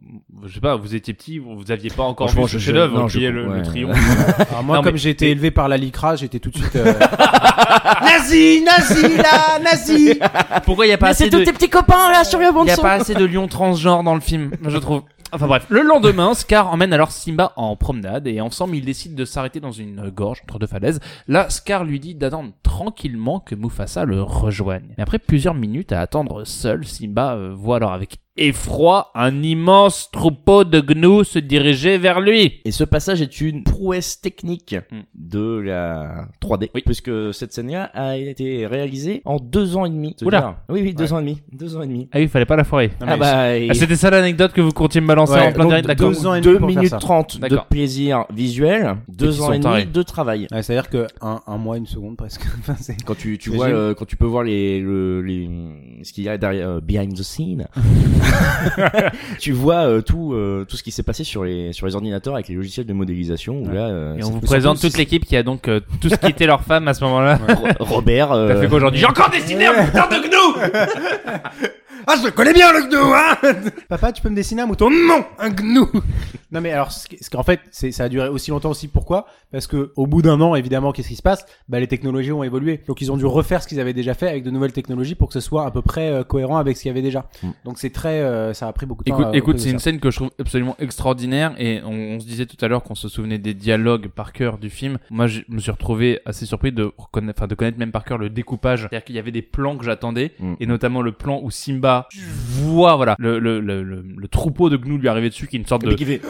B: Je sais pas, vous étiez petits, vous, vous aviez pas encore
D: Franchement,
B: vu ce
D: je-
B: chef-d'œuvre,
D: non,
B: vous
D: je-
B: voyez le, le
D: ouais.
B: triomphe.
C: Alors Ah, moi,
B: Non, mais
C: comme j'ai été
B: t'es-
C: élevé par la licra, j'étais tout de suite. euh, nazi, nazi, là, nazi.
B: Pourquoi il y a pas assez de...
G: petits copains là sur le
B: Il y a pas assez de lion transgenre dans le film, je trouve. Enfin bref, le lendemain, Scar emmène alors Simba en promenade et ensemble ils décident de s'arrêter dans une gorge entre deux falaises. Là, Scar lui dit d'attendre tranquillement que Mufasa le rejoigne. Mais après plusieurs minutes à attendre seul, Simba euh, voit alors avec effroi un immense troupeau de gnous se diriger vers lui.
D: Et ce passage est une prouesse technique
B: Mm.
D: de la 3D,
B: Oui.
D: puisque cette scène-là a été réalisée en deux ans et demi.
B: Oula.
D: C'est-à-dire- Oui, oui, deux ans et demi, deux ans et demi.
B: Ah oui, il fallait pas la foirer.
C: Non, mais
D: Ah bah, et-
B: Ah, c'était ça l'anecdote que vous comptiez me balancer
C: Ouais,
B: en plein
D: donc
B: direct, d'accord.
C: deux ans et demi
D: deux
C: pour faire
D: minutes
C: ça.
D: 30 de
B: D'accord.
D: plaisir visuel, deux
B: qui
D: ans
B: sont
D: et demi
B: tarés.
D: de travail.
C: Ouais, C'est-à-dire que un, un mois, une seconde presque. Enfin, c'est-
D: Quand tu, tu
C: C'est
D: vois,
C: génial.
D: euh, quand tu peux voir les, le- les ce qu'il y a derrière euh, behind the scene, tu vois euh, tout euh, tout ce qui s'est passé sur les sur les ordinateurs avec les logiciels de modélisation. Où là, euh,
B: Et
D: c'est-
B: on vous
D: surtout,
B: présente
D: c'est-
B: toute l'équipe qui a donc euh, tous quitté leur femme à ce moment-là.
D: Robert. euh,
B: T'as fait quoi aujourd'hui J'ai encore dessiné un putain de gnou
C: Ah, je le connais bien le gnou, hein Papa, tu peux me dessiner un mouton Non, un gnou Non mais alors, ce qui- ce qu'en fait, c'est ça a duré aussi longtemps aussi. Pourquoi Parce que au bout d'un an, évidemment, qu'est-ce qui se passe Bah les technologies ont évolué, donc ils ont dû refaire ce qu'ils avaient déjà fait avec de nouvelles technologies pour que ce soit à peu près euh, cohérent avec ce qu'il y avait déjà.
D: Mm.
C: Donc c'est très, euh, ça a pris beaucoup de temps.
B: Écoute,
C: à- à
B: écoute
C: cause de
B: c'est une
C: ça.
B: scène que je trouve absolument extraordinaire et on, on se disait tout à l'heure qu'on se souvenait des dialogues par cœur du film. Moi, je me suis retrouvé assez surpris de reconnaître, enfin, de connaître même par cœur le découpage. C'est-à-dire qu'il y avait des plans que j'attendais
D: Mm.
B: et notamment le plan où Simba voit, voilà, le, le, le, le, le troupeau de gnous lui arriver dessus qui est une sorte de,
D: mais qui fait-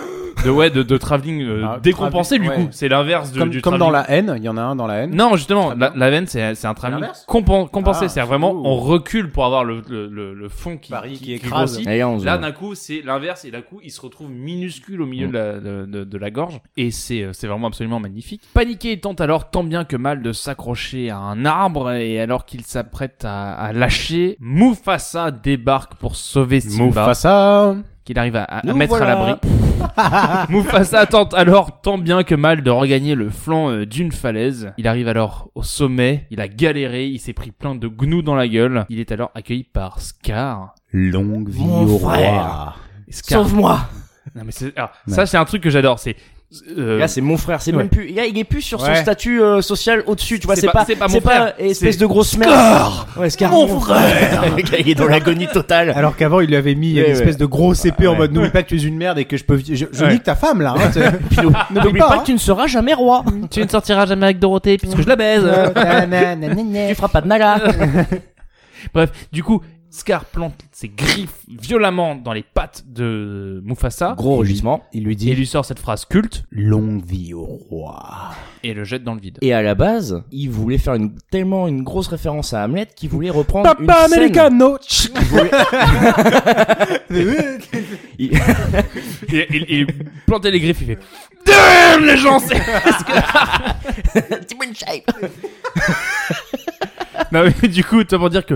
B: de, ouais, de, de travelling euh,
C: Ah,
B: décompensé
C: travelling,
B: du coup.
C: ouais.
B: C'est l'inverse de-
C: Comme,
B: du
C: comme dans
B: travelling.
C: la haine, il y en a un dans la haine.
B: Non, justement, la, la veine, c'est c'est un travelling
C: l'inverse
B: compen- compensé.
C: Ah,
B: c'est vraiment,
C: ouh.
B: on recule pour avoir le, le, le, le fond qui,
C: Paris
B: qui,
C: qui
B: qui
C: écrase.
B: grossit.
D: Et là, on se
B: Là,
D: voit.
B: d'un coup, c'est l'inverse, et d'un coup, il se retrouve minuscule au milieu
D: Mm.
B: de, la, de, de- de la gorge, et c'est euh, c'est vraiment absolument magnifique. Paniqué, il tente alors tant bien que mal de s'accrocher à un arbre, et alors qu'il s'apprête à, à lâcher, Mufasa débarque pour sauver Simba,
C: Mufasa.
B: qu'il arrive à, à
D: Nous
B: mettre
D: voilà.
B: à l'abri. Mufasa tente alors tant bien que mal de regagner le flanc euh, d'une falaise. Il arrive alors au sommet, il a galéré, il s'est pris plein de gnous dans la gueule. Il est alors accueilli par Scar.
C: Longue vie
G: Mon
C: au
G: frère.
B: Scar
G: Sauve-moi
B: non mais c'est alors, ça c'est un truc que j'adore c'est euh,
D: Là, c'est mon frère, c'est
B: Ouais.
D: même plus. Là, il est plus sur son
C: Ouais.
D: statut euh, social au-dessus, tu vois.
B: C'est
D: C'est
B: pas-
D: pas,
B: c'est pas mon frère,
D: espèce
B: c'est-
D: de grosse merde. Ouais, Scar, mon, frère. Le gars, il est dans l'agonie totale.
C: Alors qu'avant, il lui avait mis
D: Ouais,
C: une espèce
D: ouais.
C: de grosse épée en
D: Ouais.
C: mode n'oublie pas que tu es une merde et que je peux. vi- Je, je
B: Ouais.
C: nique ta femme là. hein, tu-
D: N'oublie
C: pas,
D: pas,
C: hein.
D: que tu ne seras jamais roi.
B: tu ne sortiras jamais avec Dorothée puisque je la baise
C: hein.
D: tu feras pas de nala.
B: bref du coup Scar plante ses griffes violemment dans les pattes de Mufasa
D: Gros rugissement.
C: Il lui
B: et
C: dit
B: lui sort cette phrase culte
C: longue vie au roi.
B: et le jette dans le vide
D: Et à la base, il voulait faire une, tellement une grosse référence à Hamlet qu'il voulait reprendre une scène.
C: Americano.
D: Il voulait- Il-
B: et il, il plantait les griffes il fait Damn les gens c'est non mais du coup tout pour dire que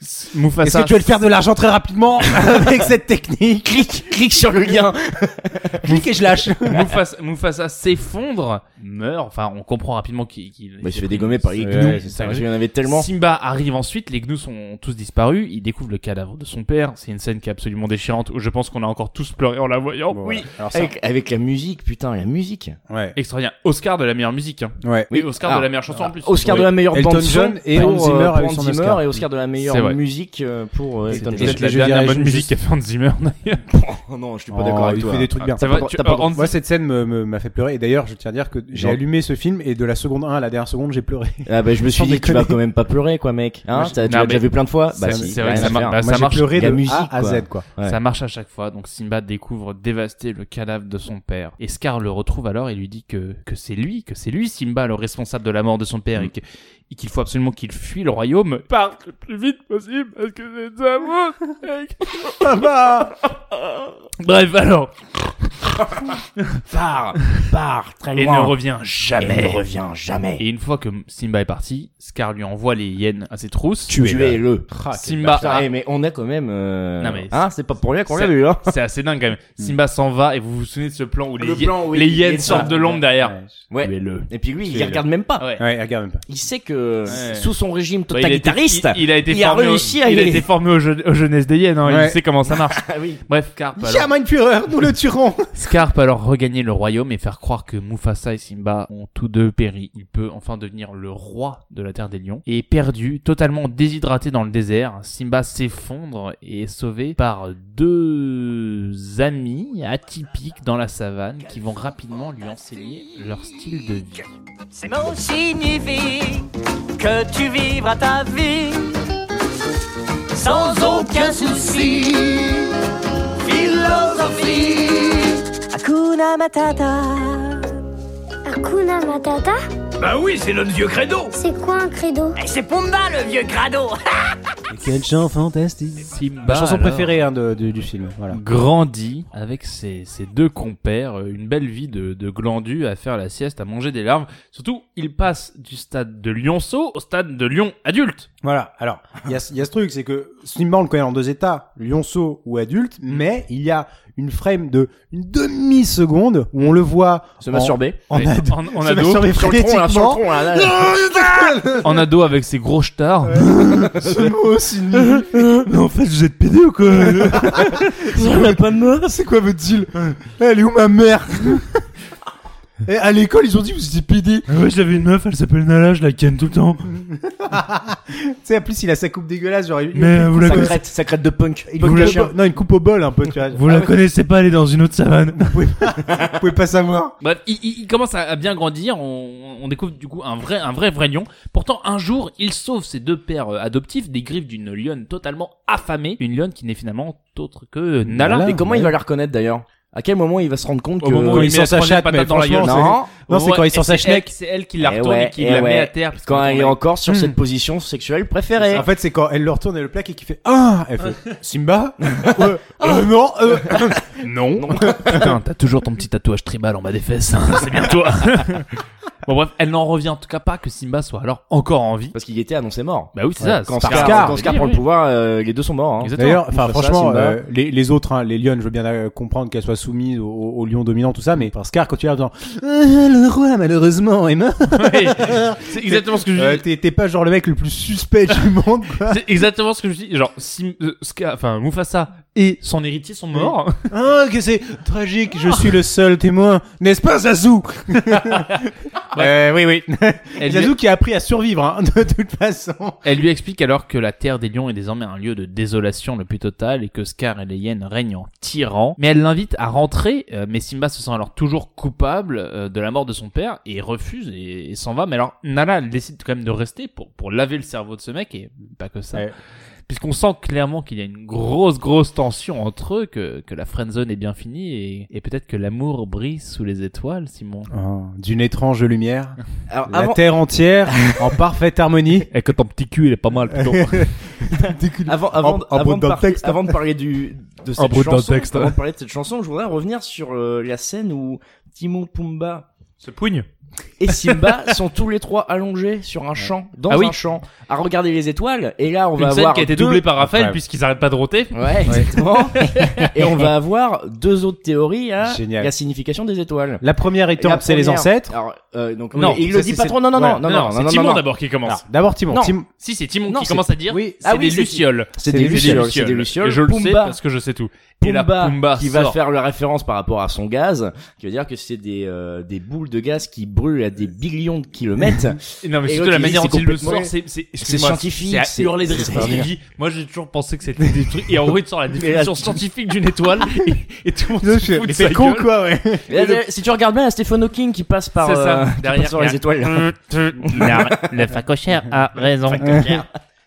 C: Est-ce
B: Mufasa
C: que tu veux le faire de l'argent très rapidement avec cette technique
D: clique, clique sur le lien.
C: Clique et je lâche.
B: Mufasa, Mufasa s'effondre meurt enfin on comprend rapidement qu'il qu'il-
D: Mais Bah, il se fait
B: pris-
D: dégommer par les
B: Ouais,
D: gnous.
B: c'est ça.
D: Il y en avait tellement.
B: Simba arrive ensuite, les gnous sont tous disparus, il découvre le cadavre de son père, c'est une scène qui est absolument déchirante où je pense qu'on a encore tous pleuré en la voyant.
C: Bon,
B: oui,
C: voilà. Alors ça.
D: Oh, Avec, avec la musique, putain, la musique.
C: Ouais.
B: extraordinaire. Oscar de la meilleure musique. Hein.
C: Ouais.
B: Oui, Oscar
D: Ah,
B: de la meilleure chanson en plus.
D: Oscar
B: Oui.
D: de la meilleure
C: Elton
D: bande son
C: John et
D: pour,
C: Hans Zimmer
D: euh,
C: a eu
D: pour
C: son
D: Hans Zimmer
C: Oscar.
D: et Oscar de la
B: C'est
D: meilleure
B: vrai. vrai.
D: musique euh, pour euh, Elton
C: C'était-
D: John.
E: Peut-être
C: je-
E: la
C: je
E: dernière
C: dirais
E: bonne
C: ju-
E: musique
C: juste-
E: qu'a fait Hans Zimmer d'ailleurs.
D: Oh non, je suis
C: Oh,
D: pas d'accord avec
C: il
D: toi.
C: fait des trucs bien.
B: Ça
D: T'as
B: va,
D: pas-
B: tu-
D: t'as pas
B: euh,
D: droit.
B: Hans-
C: Moi, cette scène me, me- m'a fait pleurer. Et d'ailleurs, je tiens à dire que j'ai
D: Non.
C: allumé ce film et de la seconde 1 à la dernière seconde, j'ai pleuré.
D: Ah bah je me suis
C: Sans
D: dit tu
C: déconner.
D: vas quand même pas pleurer quoi mec. Hein,
C: Moi, je-
D: t'as- tu
B: Non,
D: l'as
B: mais-
D: déjà vu plein de fois. Bah
B: c'est-
D: si,
B: c'est vrai que ça
D: rien à
B: mar-
D: faire.
B: bah,
C: Moi,
B: ça
C: j'ai
B: marche.
C: pleuré
D: Il y a
C: de
D: musique,
C: A à
D: quoi.
C: Z, quoi.
D: Ouais.
B: Ça marche à chaque fois. Donc Simba découvre dévasté le cadavre de son père. Et Scar le retrouve alors et lui dit que, que c'est lui, que c'est lui Simba le responsable de la mort de son
D: Mm.
B: père et que- et qu'il faut absolument qu'il fuit le royaume. Parte le plus vite possible parce que c'est de sa faute. Bref, alors.
D: Pars, pars très
B: Et ne revient jamais.
D: Et ne reviens jamais.
B: Et une fois que Simba est parti, Scar lui envoie les hyènes à ses trousses.
D: Tuez-le.
B: Simba.
D: Putain, eh, mais on a quand même. euh,
B: Non, mais-
D: hein, c'est pas pour rien qu'on
B: C'est-
D: l'a vu hein.
B: C'est assez dingue quand même. Simba s'en va et vous vous souvenez de ce plan où les,
D: Le
B: hy-
D: plan où
B: les
D: il-
B: hyènes
D: il-
B: sortent de l'ombre derrière.
D: Ouais.
B: Tuez-le.
D: Et puis lui, il
B: Tuez-le.
D: regarde même pas.
B: Ouais.
C: Ouais, regarde même pas.
D: Il sait que
B: Ouais.
D: sous son régime
B: Bah, il a été-
D: totalitariste,
B: il, il a été
D: il a
B: formé au-
D: réussi à
B: il a
D: y-
B: été formé aux, jeunes- aux jeunesses des hyènes, hein, il
C: Ouais.
B: sait comment ça marche.
D: Ah oui.
B: Bref, Scarpe alors,
C: Fureur, nous le tuerons
B: Scar peut alors regagner le royaume et faire croire que Mufasa et Simba ont tous deux péri. Il peut enfin devenir le roi de la terre des lions. Et perdu, totalement déshydraté dans le désert, Simba s'effondre et est sauvé par deux amis atypiques dans la savane qui vont rapidement lui enseigner leur style de vie.
G: Ces mots signifient que tu vivras ta vie sans aucun souci. Philosophie. Hakuna Matata.
F: Hakuna Matata
I: Bah oui, c'est notre vieux credo
F: C'est quoi un credo
G: Et Eh, c'est Pumba le vieux crado.
C: Quel chant fantastique
B: Simba,
D: Bah,
C: Ma chanson
B: alors,
C: préférée hein, de- du, du film, voilà.
B: grandit avec ses, ses deux compères, euh, une belle vie de, de glandu à faire la sieste, à manger des larves. Surtout, il passe du stade de lionceau au stade de lion adulte.
C: Voilà, alors, il y a, ce- il y a ce truc, c'est que Simba, on le connaît en deux états, lionceau ou adulte, mais il y a une frame de une demi-seconde où on le voit
D: Se
C: en-
D: masturber.
C: En,
B: Et
C: ado,
B: en- en
C: se
B: ado,
C: masturber
D: Sur le tronc, là, sur
C: frénétiquement.
D: le tronc, là, là.
B: en ado avec ses gros stars.
C: Ce mot aussi nul. Mais en fait, vous êtes pédé ou quoi pas de C'est quoi votre deal Eh, Elle est où ma mère Et à l'école, ils ont dit vous étiez pédé.
E: Ah Ouais, j'avais une meuf, elle s'appelle Nala, je la ken tout le temps.
C: Tu sais, en plus, il a sa coupe dégueulasse, genre. il-
E: Mais euh, vous la,
D: Sa
E: conna-
D: crête, sa crête de punk.
C: il-
D: Punk
C: il-
D: de chien.
C: non, une coupe au bol un peu, tu vois. Ah
E: vous la connaissez pas, elle est dans une autre savane.
C: Vous pouvez pas savoir.
B: Bref, Bah, il, il- il commence à, à bien grandir. On, on découvre du coup un vrai, un vrai, vrai lion. Pourtant, un jour, il sauve ses deux pères euh, adoptifs des griffes d'une lionne totalement affamée. Une lionne qui n'est finalement autre que Nala.
C: Nala.
D: Et comment
C: ouais.
D: il va la reconnaître d'ailleurs À quel moment il va se rendre compte
B: Au
D: que
B: moment où
C: il
B: il met
C: sort
B: la
C: sa
B: troisième
C: chatte,
B: patate
C: mais
B: dans la gueule.
C: franchement,
D: non
C: Non, c'est
B: Ouais,
C: quand il
B: et
C: sort sa
B: c'est elle-
C: schneck.
B: C'est elle qui la
D: Eh
B: retourne et
D: ouais,
B: qui
D: eh
B: la met
D: ouais.
B: à terre. parce
D: quand
B: qu'elle
D: il est
B: tourne.
D: encore sur
B: Hmm.
D: cette position sexuelle préférée.
C: En fait, c'est quand elle le retourne et le plaque et qui fait Ah Elle fait Simba Euh, euh, Non euh,
E: non.
B: Putain, t'as toujours ton petit tatouage tribal en bas des fesses, hein, c'est bien toi. bon bref, elle n'en revient en tout cas pas que Simba soit alors encore en vie.
D: Parce qu'il était annoncé mort.
B: Bah oui, c'est
D: Ouais,
B: ça.
D: quand
B: Scar-
D: Scar,
C: Scar,
D: quand Scar
B: oui,
D: prend
B: oui.
D: le pouvoir, euh, les deux sont morts. hein.
B: Exactement.
C: D'ailleurs, enfin,
D: Mufasa,
C: franchement,
D: Simba.
C: euh, les, les autres, hein, les lionnes, je veux bien euh, comprendre qu'elles soient soumises au, au- au lion dominant, tout ça, mais parce Scar, quand tu arrives dans Euh, le roi malheureusement est mort,
B: c'est exactement ce que je
C: euh,
B: dis.
C: t'es t'es pas genre le mec le plus suspect du monde, quoi.
B: C'est exactement ce que je dis. Genre, Sim, euh, Scar- enfin, Mufasa et son héritier sont morts.
C: Ah, que c'est tragique, je suis le seul témoin, n'est-ce pas, Zazu Euh, Oui, oui.
B: Elle lui,
C: Zazu qui a appris à survivre, hein, de toute façon.
B: elle lui explique alors que la terre des lions est désormais un lieu de désolation le plus total et que Scar et les hyènes règnent en tyran. Mais elle l'invite à rentrer, euh, mais Simba se sent alors toujours coupable euh, de la mort de son père et refuse et, et s'en va. Mais alors Nala elle décide quand même de rester pour, pour laver le cerveau de ce mec et pas que ça.
C: Ouais.
B: Puisqu'on sent clairement qu'il y a une grosse, grosse tension entre eux, que, que la friendzone est bien finie et, et peut-être que l'amour brille sous les étoiles, Simon.
C: Oh, D'une étrange lumière,
D: Alors,
C: la
D: avant,
C: terre entière, en parfaite harmonie.
B: Et Eh, que ton petit cul, il est pas mal, plutôt.
D: avant, avant,
C: En- en
D: avant,
C: brut
D: de
C: dans le
D: parler-
C: texte.
D: avant de parler du, de cette
E: brut dans le
D: chanson,
E: texte.
D: avant de parler de cette chanson, je voudrais revenir sur euh, la scène où Timon Pumba
E: Ce pougne.
D: et Simba sont tous les trois allongés sur un champ, dans
B: Ah oui.
D: un champ, à regarder les étoiles. Et là, on
B: Une
D: va
B: scène
D: avoir
B: qui a été
D: deux-
B: doublée par Raphaël
E: Incroyable.
B: puisqu'ils arrêtent pas de roter.
D: Ouais, exactement. et on va avoir deux autres théories à
C: Génial.
D: la signification des étoiles.
C: La première étant,
D: La
C: c'est les
D: première-
C: ancêtres.
D: Alors, euh, donc,
B: Non,
D: non, il
C: ça,
D: le dit
C: c'est-
D: pas
C: c'est-
D: trop. Non, non, non,
C: voilà.
D: non, non, non,
B: c'est
D: non,
B: Timon
D: non.
B: d'abord qui commence.
C: Alors, D'abord Timon.
D: Non.
C: Tim-
B: Si, c'est Timon
D: Non,
B: qui
D: c'est-
B: commence à dire.
C: Oui,
D: Ah
B: c'est
D: oui,
B: des
D: c'est-
B: lucioles.
D: C'est
B: C'est
D: des
B: des
D: lucioles, c'est des
B: Et
D: lucioles.
B: je le sais
D: Pumba,
B: parce que je sais tout. Et la
D: Pumba,
B: Pumba
D: qui va
B: sort.
D: faire la référence par rapport à son gaz, qui veut dire que c'est des euh, des boules de gaz qui brûle à des billions de kilomètres.
B: Non, mais
D: Et
B: surtout
D: l'autre,
B: la
D: il
B: manière
D: dit,
B: dont
D: c'est
B: il le
D: complètement-
B: sort, c'est, c'est,
D: C'est
B: excuse-moi,
D: scientifique.
B: C'est à hurler de
D: c'est
B: rire. Il
D: extraordinaire.
B: dit, moi j'ai toujours pensé que c'était des trucs. Et en gros, il te sort la définition scientifique d'une étoile et, et tout le monde se fout de sa
C: C'est con
B: gueule.
C: quoi, ouais.
D: Et là, Si tu regardes bien, il y a Stephen Hawking qui passe par
B: C'est ça,
D: euh, qui
B: derrière,
D: passe par
B: il y
D: les
B: a-
D: étoiles.
B: le facochère a raison.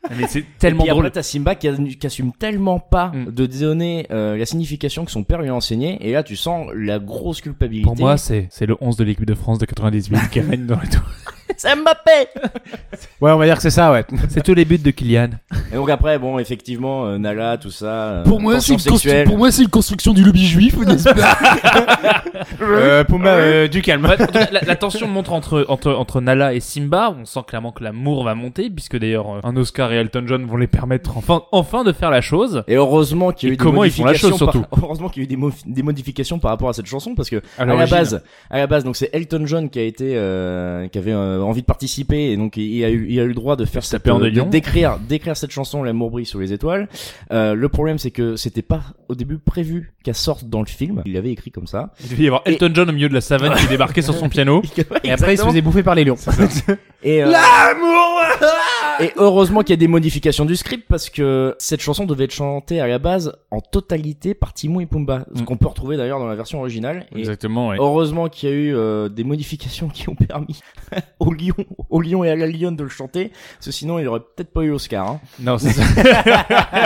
B: mais c'est tellement
D: Et puis
B: drôle.
D: après, t'as Simba qui, a- qui assume tellement pas
B: Mm.
D: de donner euh, la signification que son père lui a enseigné. Et là, tu sens la grosse culpabilité.
B: Pour moi, c'est, c'est le 11 de l'équipe de France de 98 qui gagne dans les tours.
D: c'est Mbappé.
C: Ouais, on va dire que c'est ça, ouais.
B: C'est tous les buts de Kylian.
D: Et donc après, bon, effectivement, euh, Nala, tout ça. euh, tension
J: une constru-
D: sexuelle.
J: pour moi, c'est une construction du lobby juif, n'est-ce pas
C: Euh, Puma, euh, du calme.
B: Ouais, en tout cas, la, la tension montre entre, entre, entre Nala et Simba. On sent clairement que l'amour va monter, puisque d'ailleurs, euh, un Oscar et Elton John vont les permettre enfin, enfin de faire la chose.
D: Et heureusement qu'il y a
B: Et
D: eu des
B: comment ils font la
D: modifications.
B: chose,
D: par- Heureusement qu'il y a eu des, mo- des modifications par rapport à cette chanson parce que
B: À
D: à la
B: l'origine.
D: base, à la base, donc c'est Elton John qui a été, euh, qui avait euh, envie de participer et donc il, il a eu, il a eu le droit de faire cette, euh,
B: tapait en
D: de-
B: des lions.
D: d'écrire, d'écrire cette chanson L'amour brille sous les étoiles. Euh, le problème c'est que c'était pas au début prévu qu'elle sorte dans le film. Il l'avait écrit comme ça.
B: Il devait y avoir
D: Et-
B: Elton John au milieu de la savane qui débarquait sur son piano.
C: Et après, il se faisait bouffer par les lions.
D: Et, euh, et heureusement qu'il y a des modifications du script parce que cette chanson devait être chantée à la base en totalité par Timon et Pumba, ce
B: Mm.
D: qu'on peut retrouver d'ailleurs dans la version originale. Et
B: Exactement, ouais.
D: Heureusement qu'il y a eu euh, des modifications qui ont permis au lion, au lion et à la lionne de le chanter, parce que sinon il aurait peut-être pas eu l'Oscar. Hein.
B: Non, c'est ça.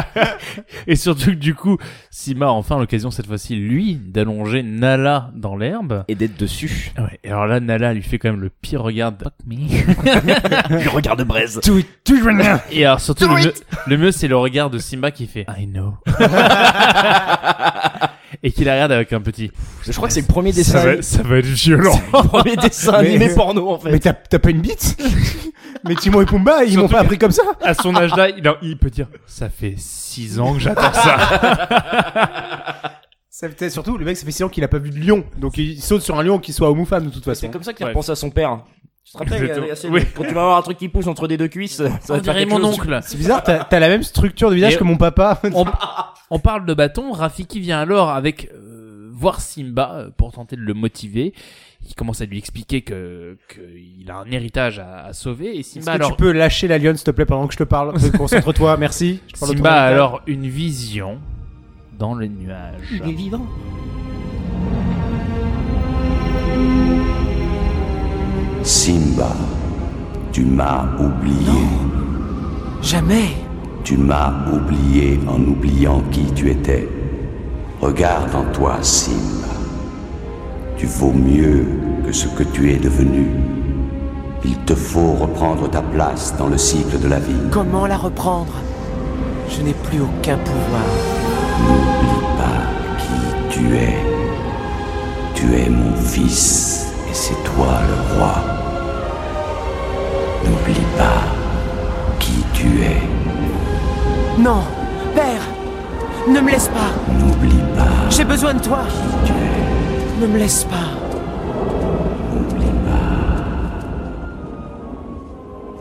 B: et surtout que du coup, Sima a enfin l'occasion cette fois-ci, lui, d'allonger Nala dans l'herbe.
D: Et d'être dessus.
B: Ouais, et alors là, Nala lui fait quand même le pire regard de... Fuck me.
D: Le regard de braise.
B: Et alors surtout, le mieux, le mieux, c'est le regard de Simba qui fait I know. et qui la regarde avec un petit...
D: Je crois que c'est le premier dessin,
B: va, ça va être violent.
D: le premier dessin animé
C: Mais-
D: porno en fait.
C: Mais t'as t'as pas une bite Mais Timon et Pumba, ils m'ont pas appris comme ça
B: à son âge-là, il, a- il peut dire ça fait six ans que j'attends ça.
C: Ça fait- surtout, le mec, ça fait 6 ans qu'il a pas vu de lion. Donc il saute sur un lion qui soit homme ou femme, de toute façon.
D: C'est comme ça qu'il
B: Ouais.
D: repense à son père. Tu te rappelles, il y a- il y a-
B: Exactement. Oui.
D: quand tu vas avoir un truc qui pousse entre des deux cuisses, ça va
B: On
D: te faire
B: dirait
D: quelque
B: mon
D: chose.
B: oncle.
C: C'est bizarre, t'as t'as la même structure de visage
B: Et-
C: que mon papa.
B: On, on parle de bâton. Rafiki vient alors avec euh, voir Simba euh, pour tenter de le motiver. Il commence à lui expliquer que qu'il a un héritage à, à sauver et
C: Est-ce
B: Simba
C: que tu
B: alors
C: peux lâcher la lionne, s'il te plaît, pendant que je te parle Concentre-toi, merci. Je parle
B: Simba a
C: autour de la
B: alors une vision dans les nuages.
D: Il est vivant.
K: Simba, tu m'as oublié.
G: Jamais
K: Tu m'as oublié en oubliant qui tu étais. Regarde en toi, Simba. Tu vaux mieux que ce que tu es devenu. Il te faut reprendre ta place dans le cycle de la vie.
G: Comment la reprendre Je n'ai plus aucun pouvoir.
K: N'oublie pas qui tu es. Tu es mon fils et c'est toi le roi. N'oublie pas qui tu es.
G: Non Père Ne me laisse pas
K: N'oublie pas
G: J'ai besoin de toi
K: qui tu es.
G: Ne me laisse pas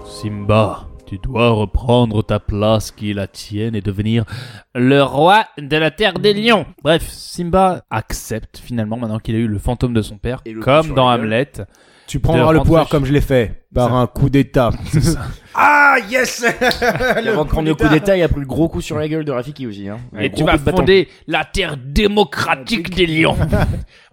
B: Simba, tu dois reprendre ta place qui est la tienne et devenir le roi de la terre des lions. Bref, Simba accepte finalement maintenant qu'il a eu le fantôme de son père,
D: Et le coup
B: comme
D: sur
B: dans
D: la gueule.
B: Hamlet.
C: Tu prendras
B: de
C: le
B: rentrer
C: pouvoir
B: chez-
C: comme je l'ai fait, par
B: Ça.
C: un coup d'état. ah, yes
D: Et avant de prendre Ah, le coup d'état, il a pris le gros coup sur la gueule de Rafiki aussi. Hein. Le
B: Et
D: gros
B: tu
D: coup
B: vas
D: de bâton.
B: fonder la terre démocratique des lions.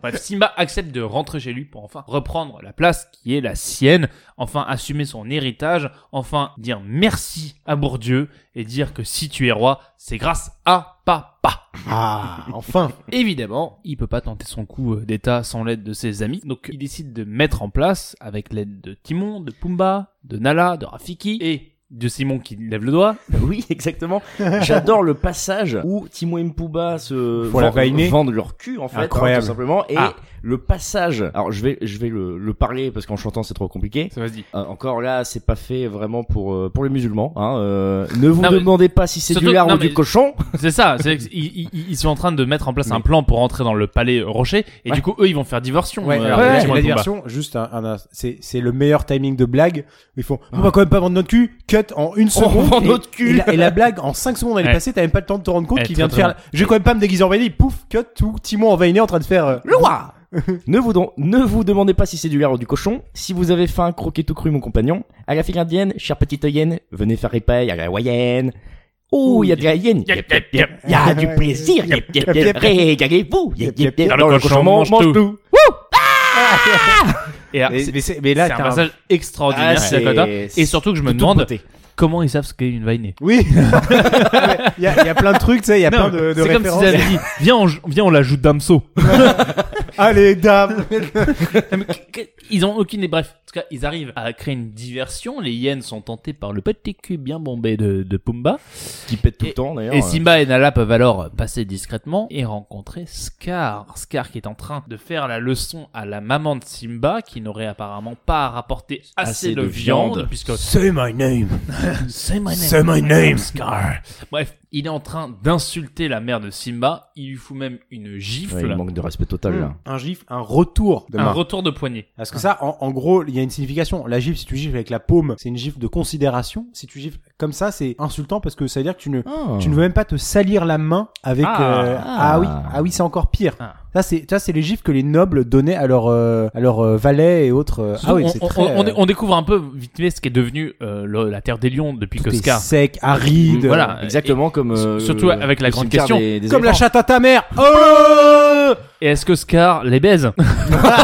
B: Bref, Simba accepte de rentrer chez lui pour enfin reprendre la place qui est la sienne, enfin assumer son héritage, enfin dire merci à Bourdieu et dire que si tu es roi, c'est grâce à papa.
C: Ah, enfin
B: Évidemment, il peut pas tenter son coup euh, d'état sans l'aide de ses amis, donc il décide de mettre en place, avec l'aide de Timon, de Pumba, de Nala, de Rafiki et de Simon qui lève le doigt.
D: Oui, exactement. J'adore le passage où Timo et Mpuba se
C: Faut la
D: vendent-
C: vainer.
D: vendent leur cul en fait, hein,
C: Incroyable.
D: tout simplement. Et
B: Ah.
D: le passage. Alors je vais, je vais le, le parler parce qu'en chantant c'est trop compliqué.
B: Ça vas-y.
D: Euh, encore là, c'est pas fait vraiment pour euh, pour les musulmans. Hein. euh, ne vous
B: Non, mais-
D: demandez pas si c'est
B: surtout-
D: du lard
B: non,
D: ou du
B: mais-
D: cochon.
B: C'est ça, c'est que ils, ils- ils sont en train de mettre en place un
D: Mais-
B: plan pour entrer dans le palais rocher et
D: Ouais.
B: du coup eux ils vont faire diversion.
C: Ouais,
B: euh,
C: alors,
B: avec
C: la-
B: Timon
C: la
B: et Pumba.
C: diversion, juste un, un- un- c'est, c'est le meilleur timing de blague. Ils font, on va quand même pas vendre notre cul, cut en une seconde.
D: vend
C: et-
D: notre cul.
C: Et la, et la blague, en 5 secondes, elle
B: Ouais.
C: est passée, t'as même pas le temps de te rendre compte
B: Ouais,
C: qu'il
B: très,
C: vient de
B: très
C: faire,
B: bon.
C: je vais quand même pas me déguiser en vanille, pouf, cut, tout, Timon en vanille en train de faire, euh,
D: Le roi. ne, vous don- ne vous demandez pas si c'est du lard ou du cochon. Si vous avez faim, croquez tout cru, mon compagnon. À la fille indienne, chère petite hyène, venez faire épaille à la Wayenne. Oh, il y a de la hyène. Yep, yep, yep. Il y a du plaisir. Yep, yep, yep. Régalez-vous. Yep, yep, yep.
B: Dans le cochon, mange tout.
D: Wouh
B: Et, alors,
C: Ah! Mais,
B: c'est-
C: mais c'est- mais là,
B: c'est un
C: t'as un-
B: passage extraordinaire,
D: Ah,
B: c'est
D: c'est-
B: Dakota. Et surtout que je me
D: de toute
B: demande
D: beauté.
B: comment ils savent ce qu'est une vainée.
C: Oui. Il y, a- il y a plein de trucs, tu sais, il y a
B: Non,
C: plein de, de
B: c'est comme
C: références.
B: s'ils avaient dit, viens, on, viens, on l'ajoute d'Amso.
C: Allez, dame.
B: Ils ont aucune, bref, en tout cas, ils arrivent à créer une diversion. Les hyènes sont tentés par le petit cul bien bombé de, de Pumba.
D: Qui pète tout le temps, d'ailleurs. euh,
B: Et Simba et Nala peuvent alors passer discrètement et rencontrer Scar. Scar qui est en train de faire la leçon à la maman de Simba, qui n'aurait apparemment pas rapporté assez,
D: Assez
B: de,
D: de
B: viande,
D: viande.
B: puisque
C: Say my name.
B: Say my name.
C: Say my name.
B: Scar. Bref, il est en train d'insulter la mère de Simba. Il lui fout même une
D: Ouais,
B: gifle,
D: il manque de respect total, là.
C: Un gif, un retour de
B: un
C: main.
B: retour de poignet.
C: Parce que ça, en, en gros, il y a une signification. La gifle, si tu gifles avec la paume, c'est une gifle de considération. Si tu gifles comme ça, c'est insultant parce que ça veut dire que tu ne,
D: Ah.
C: tu ne veux même pas te salir la main avec.
B: Ah.
C: euh,
D: Ah.
C: ah oui, ah oui, c'est encore pire.
B: Ah.
C: Ça, c'est, ça, c'est les gifles que les nobles donnaient à leurs, euh, à leurs euh, valets et autres. euh, ah oui,
B: on,
C: c'est
B: on-
C: très.
B: on- on
C: euh,
B: dé- on découvre un peu vite fait ce qui est devenu euh, le- la terre des lions depuis
C: tout
B: que
C: est
B: Scar.
C: sec, aride.
B: Voilà.
D: Exactement comme.
B: s-
D: euh,
B: surtout avec la
D: le
B: grande
D: cimetière
B: question.
D: des- des
C: euh, Comme la
D: éléphants.
C: chatte à ta mère. Oh
B: Et est-ce que Scar les baise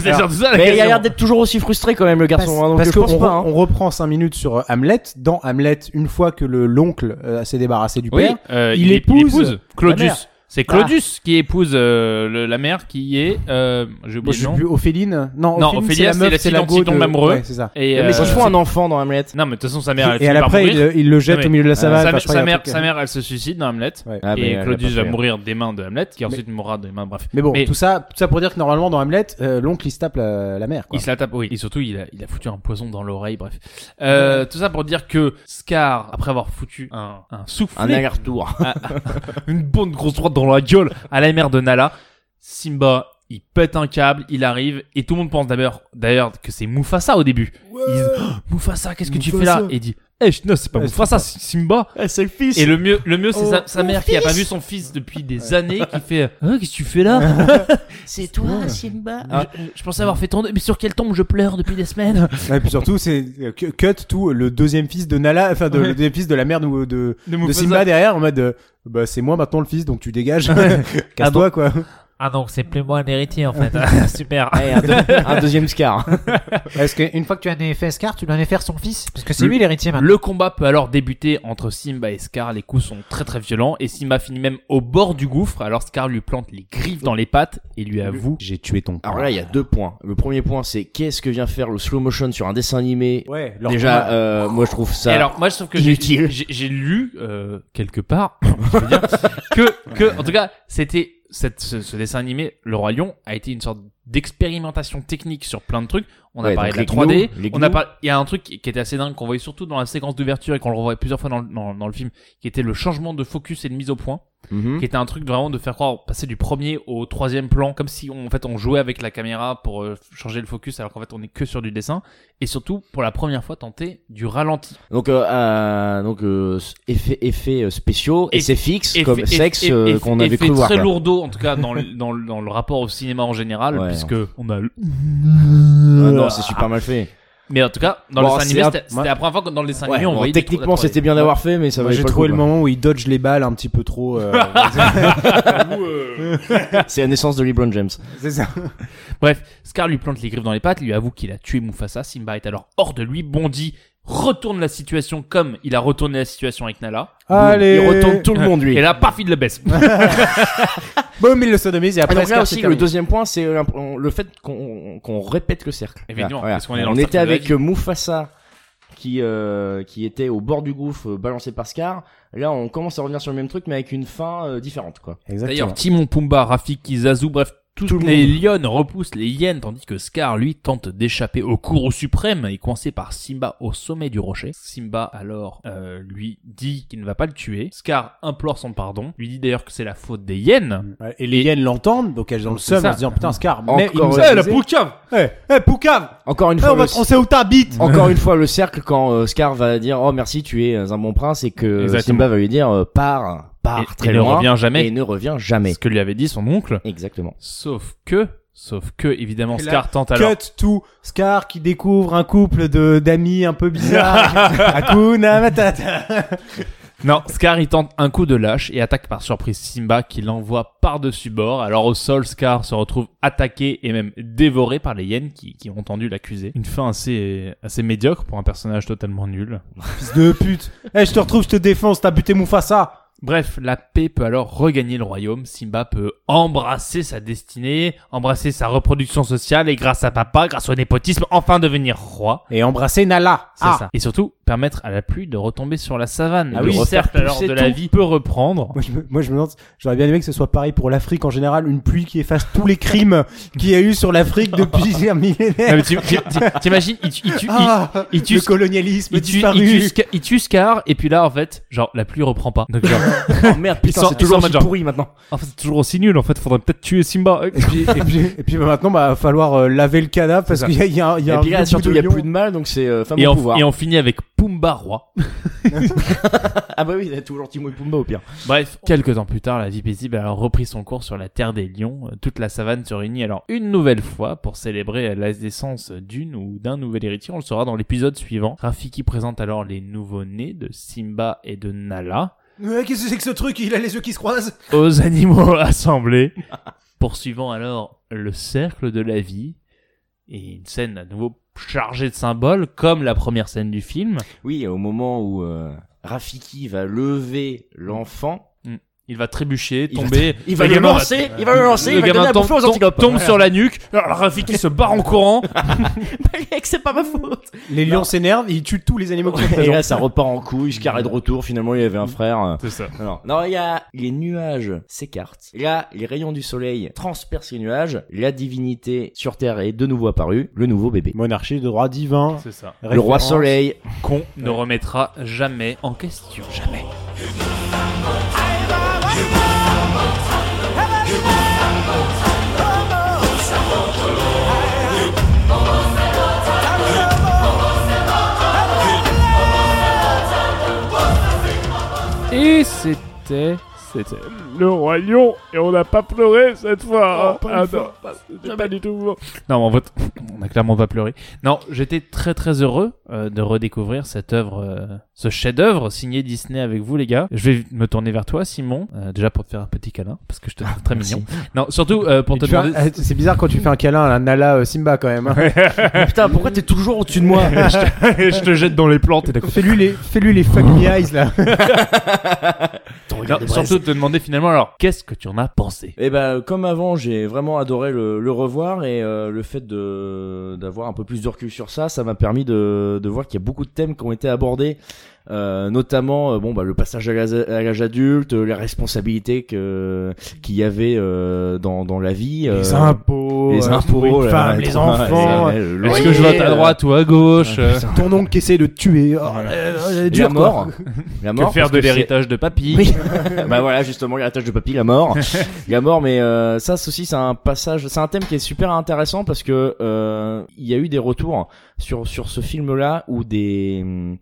B: C'est
C: Alors,
B: surtout ça la
D: Mais il a
B: question.
D: l'air d'être toujours aussi frustré quand même le garçon. hein, donc
C: parce
D: je pense
C: qu'on
D: pas.
C: re-
D: hein.
C: on reprend 5 minutes sur euh, Hamlet. Dans Hamlet, une fois que le l'oncle euh, s'est débarrassé du
B: Oui,
C: père,
B: euh,
C: il
B: il, épouse
C: épouse la mère.
B: Claudius. C'est Claudius qui épouse euh, le- la mère qui est. Euh, J'ai
C: Moi,
B: oublié
C: je
B: le nom.
C: suis plus Ophéline. Non,
B: Non,
C: Ophéline,
B: Ophélia, c'est
C: c'est la meuf,
B: la
C: c'est
B: fille
C: la
B: dont
C: go
B: ils sont
C: de-
B: amoureux.
C: Ouais, c'est ça.
B: Et,
D: Mais ils
B: euh,
D: font un enfant dans Hamlet.
B: Non, mais euh, de toute façon, sa mère. elle
C: et, et
B: finit par
C: après,
B: mourir.
C: il, il le jette
B: Non, mais-
C: au milieu de la savane.
B: sa,
C: enfin,
B: mère,
C: je
B: sa
C: crois, il y a un
B: mère,
C: truc-
B: sa mère, elle se suicide dans Hamlet.
C: Ouais.
D: Ah, mais elle
B: et
D: a
B: Claudius
D: pas
B: va
D: fait.
B: mourir des mains de Hamlet, qui ensuite mourra des mains, bref.
C: Mais bon,
B: Mais-
C: tout ça, tout ça pour dire que normalement dans Hamlet, euh, l'oncle il se tape la, la mère. Quoi.
B: Il se la tape, oui. Et surtout, il a, il a foutu un poison dans l'oreille, bref. Euh, Tout ça pour dire que Scar, après avoir foutu un, un soufflet,
D: Un aller-retour.
B: une bonne grosse droite dans la gueule à la mère de Nala, Simba, il pète un câble, il arrive, et tout le monde pense d'ailleurs, d'ailleurs que c'est Mufasa au début. Ils disent, Oh, Mufasa, qu'est-ce que tu fais là
C: Mufasa.
B: Et il dit, eh, je- non, c'est pas
C: Eh, c'est
B: Mufasa, c'est Simba.
D: C'est le fils.
B: Et le mieux, le mieux, c'est
C: Oh,
B: sa, sa
C: mon
B: mère qui a pas
C: fils.
B: vu son fils depuis des années, qui fait, Hein, qu'est-ce que tu fais là
G: C'est toi, Simba
B: je, je pensais avoir fait tomber, mais sur quelle tombe je pleure depuis des semaines
C: Et puis surtout, c'est euh, cu- cut tout le deuxième fils de Nala, enfin de,
B: Ouais.
C: le deuxième fils de la mère de, de,
B: De
C: de
B: Mufasa.
C: Simba derrière en mode, euh, bah c'est moi maintenant le fils, donc tu dégages, casse-toi quoi.
B: Ah non, c'est plus moi un héritier en fait. Super.
D: un, deux- un deuxième Scar.
G: Est-ce qu'une fois que tu en as fait Scar, tu dois en faire son fils Parce que c'est lui l'héritier maintenant.
B: Le combat peut alors débuter entre Simba et Scar. Les coups sont très très violents et Simba finit même au bord du gouffre. Alors Scar lui plante les griffes dans les pattes et lui avoue.
C: J'ai tué ton.
D: Alors là, il y a deux points. Le premier point, c'est qu'est-ce que vient faire le slow motion sur un dessin animé
C: Ouais. leur
D: Déjà,
C: combat.
D: euh, moi je trouve
B: Et
D: ça.
B: alors moi je trouve que j'ai
D: Inutile.
B: j'ai- j'ai lu euh, quelque part je veux dire, que que en tout cas c'était cette ce, ce dessin animé Le Roi Lion a été une sorte d'expérimentation technique sur plein de trucs. On a
D: Ouais,
B: parlé de
D: donc
B: la
D: les
B: 3D.
D: gnous, les
B: on a
D: gnous.
B: parlé. Il y a un truc qui qui était assez dingue qu'on voyait surtout dans la séquence d'ouverture et qu'on le revoyait plusieurs fois dans le- dans- dans le film, qui était le changement de focus et de mise au point.
D: Mhm.
B: qui était un truc vraiment de faire croire passer du premier au troisième plan comme si on, en fait on jouait avec la caméra pour euh, changer le focus alors qu'en fait on est que sur du dessin et surtout pour la première fois tenter du ralenti
D: Donc, euh, euh, donc euh, effets, effets euh, spéciaux,
B: Eff-
D: effets fixes,
B: Effet-
D: comme
B: eff-
D: sexe
B: eff-
D: euh,
B: eff-
D: qu'on avait
B: effet
D: cru voir.
B: très
D: quoi.
B: lourdeau en tout cas dans le, dans, le, dans le rapport au cinéma en général
D: Ouais.
B: puisque on a le-
D: Ah
C: Euh,
D: non, c'est super mal fait.
B: mais en tout cas dans
D: Bon,
B: le dessin
D: c'est
B: animé
D: un-
B: c'était c'était la première fois que dans le dessin
D: Ouais,
B: animé on
D: bon,
B: voyait des trucs
D: techniquement,
B: de la 3D.
D: c'était bien d'avoir fait, mais ça
C: Moi,
D: valait
C: j'ai
D: pas
C: trouvé le
D: coup, quoi.
C: moment où il dodge les balles un petit peu trop. euh,
D: C'est la naissance de LeBron James.
C: c'est ça.
B: Bref, Scar lui plante les griffes dans les pattes, lui avoue qu'il a tué Mufasa. Simba est alors hors de lui, bondit, retourne la situation comme il a retourné la situation avec Nala.
C: Allez.
D: Il retourne tout le monde lui.
B: Et là, paf, il le baisse.
C: Boum, il le sodomise et
D: Ah,
C: après.
D: donc là
C: Scar,
D: aussi,
C: c'est
D: le
C: terminé.
D: deuxième point, c'est euh, on- le fait qu'on qu'on répète le cercle.
B: Évidemment,
D: Voilà.
B: parce qu'on est dans
D: on
B: le cercle
D: était
B: de
D: avec
B: la
D: Mufasa qui euh, qui était au bord du gouffre euh, balancé par Scar. Là, on commence à revenir sur le même truc, mais avec une fin euh, différente, quoi.
C: Exactement.
B: D'ailleurs, Timon, Pumba, Rafiki, Zazu, bref, toutes
D: Tout le
B: les lionnes repoussent les hyènes, tandis que Scar, lui, tente d'échapper au cours suprême et coincé par Simba au sommet du rocher. Simba, alors, euh, lui dit qu'il ne va pas le tuer. Scar implore son pardon, lui dit d'ailleurs que c'est la faute des
D: Hmm.
B: hyènes.
C: Ouais, Et les hyènes l'entendent, donc elles sont le
B: C'est
C: seum
B: ça.
C: en se disant putain Scar,
D: Encore
C: mais il nous
D: une-
C: a
D: Eh, la
C: avisé. Eh, eh, Poucave
D: Encore une
C: Eh,
D: fois,
C: on va
D: le-
C: te- on sait où t'habites
D: encore une fois le cercle quand euh, Scar va dire oh merci, tu es un bon prince et que
B: Exactement.
D: Simba va lui dire euh, pars, part
B: Et-
D: très
B: et ne
D: loin
B: revient jamais.
D: et ne revient jamais.
B: Ce que lui avait dit son oncle.
D: Exactement.
B: Sauf que, sauf que, évidemment,
C: Et là,
B: Scar tente alors.
C: Cut tout. Scar qui découvre un couple de d'amis un peu bizarres. Hakuna Matata.
B: Non, Scar il tente un coup de lâche et attaque par surprise Simba qui l'envoie par-dessus bord. Alors au sol, Scar se retrouve attaqué et même dévoré par les hyènes qui, qui ont tendu l'accuser. Une fin assez, assez médiocre pour un personnage totalement nul.
C: Fils de pute. Eh, je te retrouve, je te défonce. T'as buté Mufasa.
B: Bref, la paix peut alors regagner le royaume. Simba peut embrasser sa destinée, embrasser sa reproduction sociale et grâce à papa, grâce au népotisme, enfin devenir roi.
C: Et embrasser Nala.
B: C'est
C: Ah.
B: ça. Et surtout, permettre à la pluie de retomber sur la savane.
D: Ah
B: le
D: oui,
B: cercle alors de
D: pousser
B: la
D: tout.
B: vie peut reprendre.
C: Moi je, me, moi, je me demande, j'aurais bien aimé que ce soit pareil pour l'Afrique en général, une pluie qui efface tous les crimes qu'il y a eu sur l'Afrique depuis un
B: Non,
C: millénaire.
B: mais t'im- t'im- T'imagines, il, tu- il, tu- il-
C: Ah,
B: il tue-
C: le colonialisme
B: il tue,
C: disparu.
B: il tue Scar- il tue Scar, et puis là, en fait, genre, la pluie reprend pas. Donc, genre,
D: Oh merde, putain,
B: sort-
D: c'est
B: il
D: toujours
B: sort
D: aussi
B: Major.
D: pourri maintenant.
B: en fait, c'est toujours aussi nul, en fait, faudrait peut-être tuer Simba.
C: Et puis, et puis, et puis, bah, maintenant, bah, va falloir euh, laver le cadavre parce
D: C'est ça.
C: qu'il y a, il y a, il y a
D: et
C: un
D: puis là,
C: vieux
D: surtout, il
C: bout
D: y a
C: de
D: plus de
C: lion.
D: mal, donc c'est euh, femme
B: Et
D: au
B: on,
D: pouvoir.
B: et on finit avec Pumba roi.
D: Ah bah oui, il y a toujours Timon et Pumba au pire.
B: Bref, quelques temps plus tard, la vie paisible a repris son cours sur la terre des lions. Euh, Toute la savane se réunit alors une nouvelle fois pour célébrer euh, la naissance d'une ou d'un nouvel héritier. On le saura dans l'épisode suivant. Rafiki présente alors les nouveau-nés de Simba et de Nala.
C: Ouais, Qu'est-ce que c'est que ce truc Il a les yeux qui se croisent.
B: aux animaux assemblés, poursuivant alors le cercle de la vie, et une scène à nouveau chargée de symboles, comme la première scène du film.
D: Oui, au moment où euh, Rafiki va lever l'enfant,
B: Il va trébucher,
D: Il va
B: tomber,
D: il va
B: le
D: le
B: gamin
D: lancer, il va le lancer,
B: le
D: il va
B: gamin
D: donner à
B: tombe,
D: bouffer aux
B: tombe-
D: antilopes.
B: tombe sur la nuque, alors Rafiki se barre en courant.
D: Mec, c'est pas ma faute.
C: Les lions s'énervent, ils tuent tous les animaux qui sont
D: Mmh. Et
C: présents.
D: là, ça repart en couille, Scar est de retour, finalement, il avait un frère. euh,
B: C'est ça.
D: Mmh. Non, non, il y a les nuages s'écartent. Là, les rayons du soleil transpercent les nuages. La divinité sur Terre est de nouveau apparue, le nouveau bébé.
C: Monarchie de droit divin.
B: C'est ça.
D: Le roi
C: Référence.
D: soleil.
B: Qu'on ne remettra jamais en question. Jamais. Et c'était. C'était le roi lion et on n'a pas pleuré cette fois. hein. Ah non, c'était pas du tout. Non, en fait, on a clairement pas pleuré. Non, j'étais très très heureux euh, de redécouvrir cette œuvre, euh, ce chef-d'œuvre signé Disney avec vous les gars. Je vais me tourner vers toi, Simon, euh, déjà pour te faire un petit câlin parce que je te trouve très mignon. Non, surtout euh, pour
C: Et
B: te
C: tu vois,
B: demander.
C: euh, C'est bizarre quand tu fais un câlin à un Nala euh, Simba quand même. hein.
D: Putain, pourquoi t'es toujours au-dessus de moi
B: je te jette dans les plantes et d'accord.
C: Fais-lui les, fais-lui les fuck me eyes là.
B: Non, surtout te demander finalement alors qu'est-ce que tu en as pensé.
D: Et ben comme avant, j'ai vraiment adoré le, le revoir et euh, le fait de d'avoir un peu plus de recul sur ça, ça m'a permis de, de voir qu'il y a beaucoup de thèmes qui ont été abordés, euh, notamment euh, bon bah le passage à l'âge à l'âge adulte, euh, les responsabilités que qu'il y avait euh, dans dans la vie, euh,
C: Les impôts,
D: les
C: euh,
D: impôts,
C: une
D: là,
C: femme,
D: et
C: les
D: tout,
C: enfants.
D: ouais, le
B: Est-ce
D: loyer,
B: que je vote à
D: euh,
B: droite ou à gauche euh,
C: Ton oncle qui essaie de te tuer. Oh,
D: Voilà.
C: euh, euh,
D: et
C: dur,
D: la mort,
C: quoi.
D: la
B: Que
D: mort,
B: faire
D: parce
B: de
D: c'est-
B: l'héritage de papy
D: Oui. bah voilà, justement, l'héritage de papy, la mort. la mort, mais euh, ça, ceci, c'est un passage, c'est un thème qui est super intéressant parce que euh, il y a eu des retours sur sur ce film-là où des hum,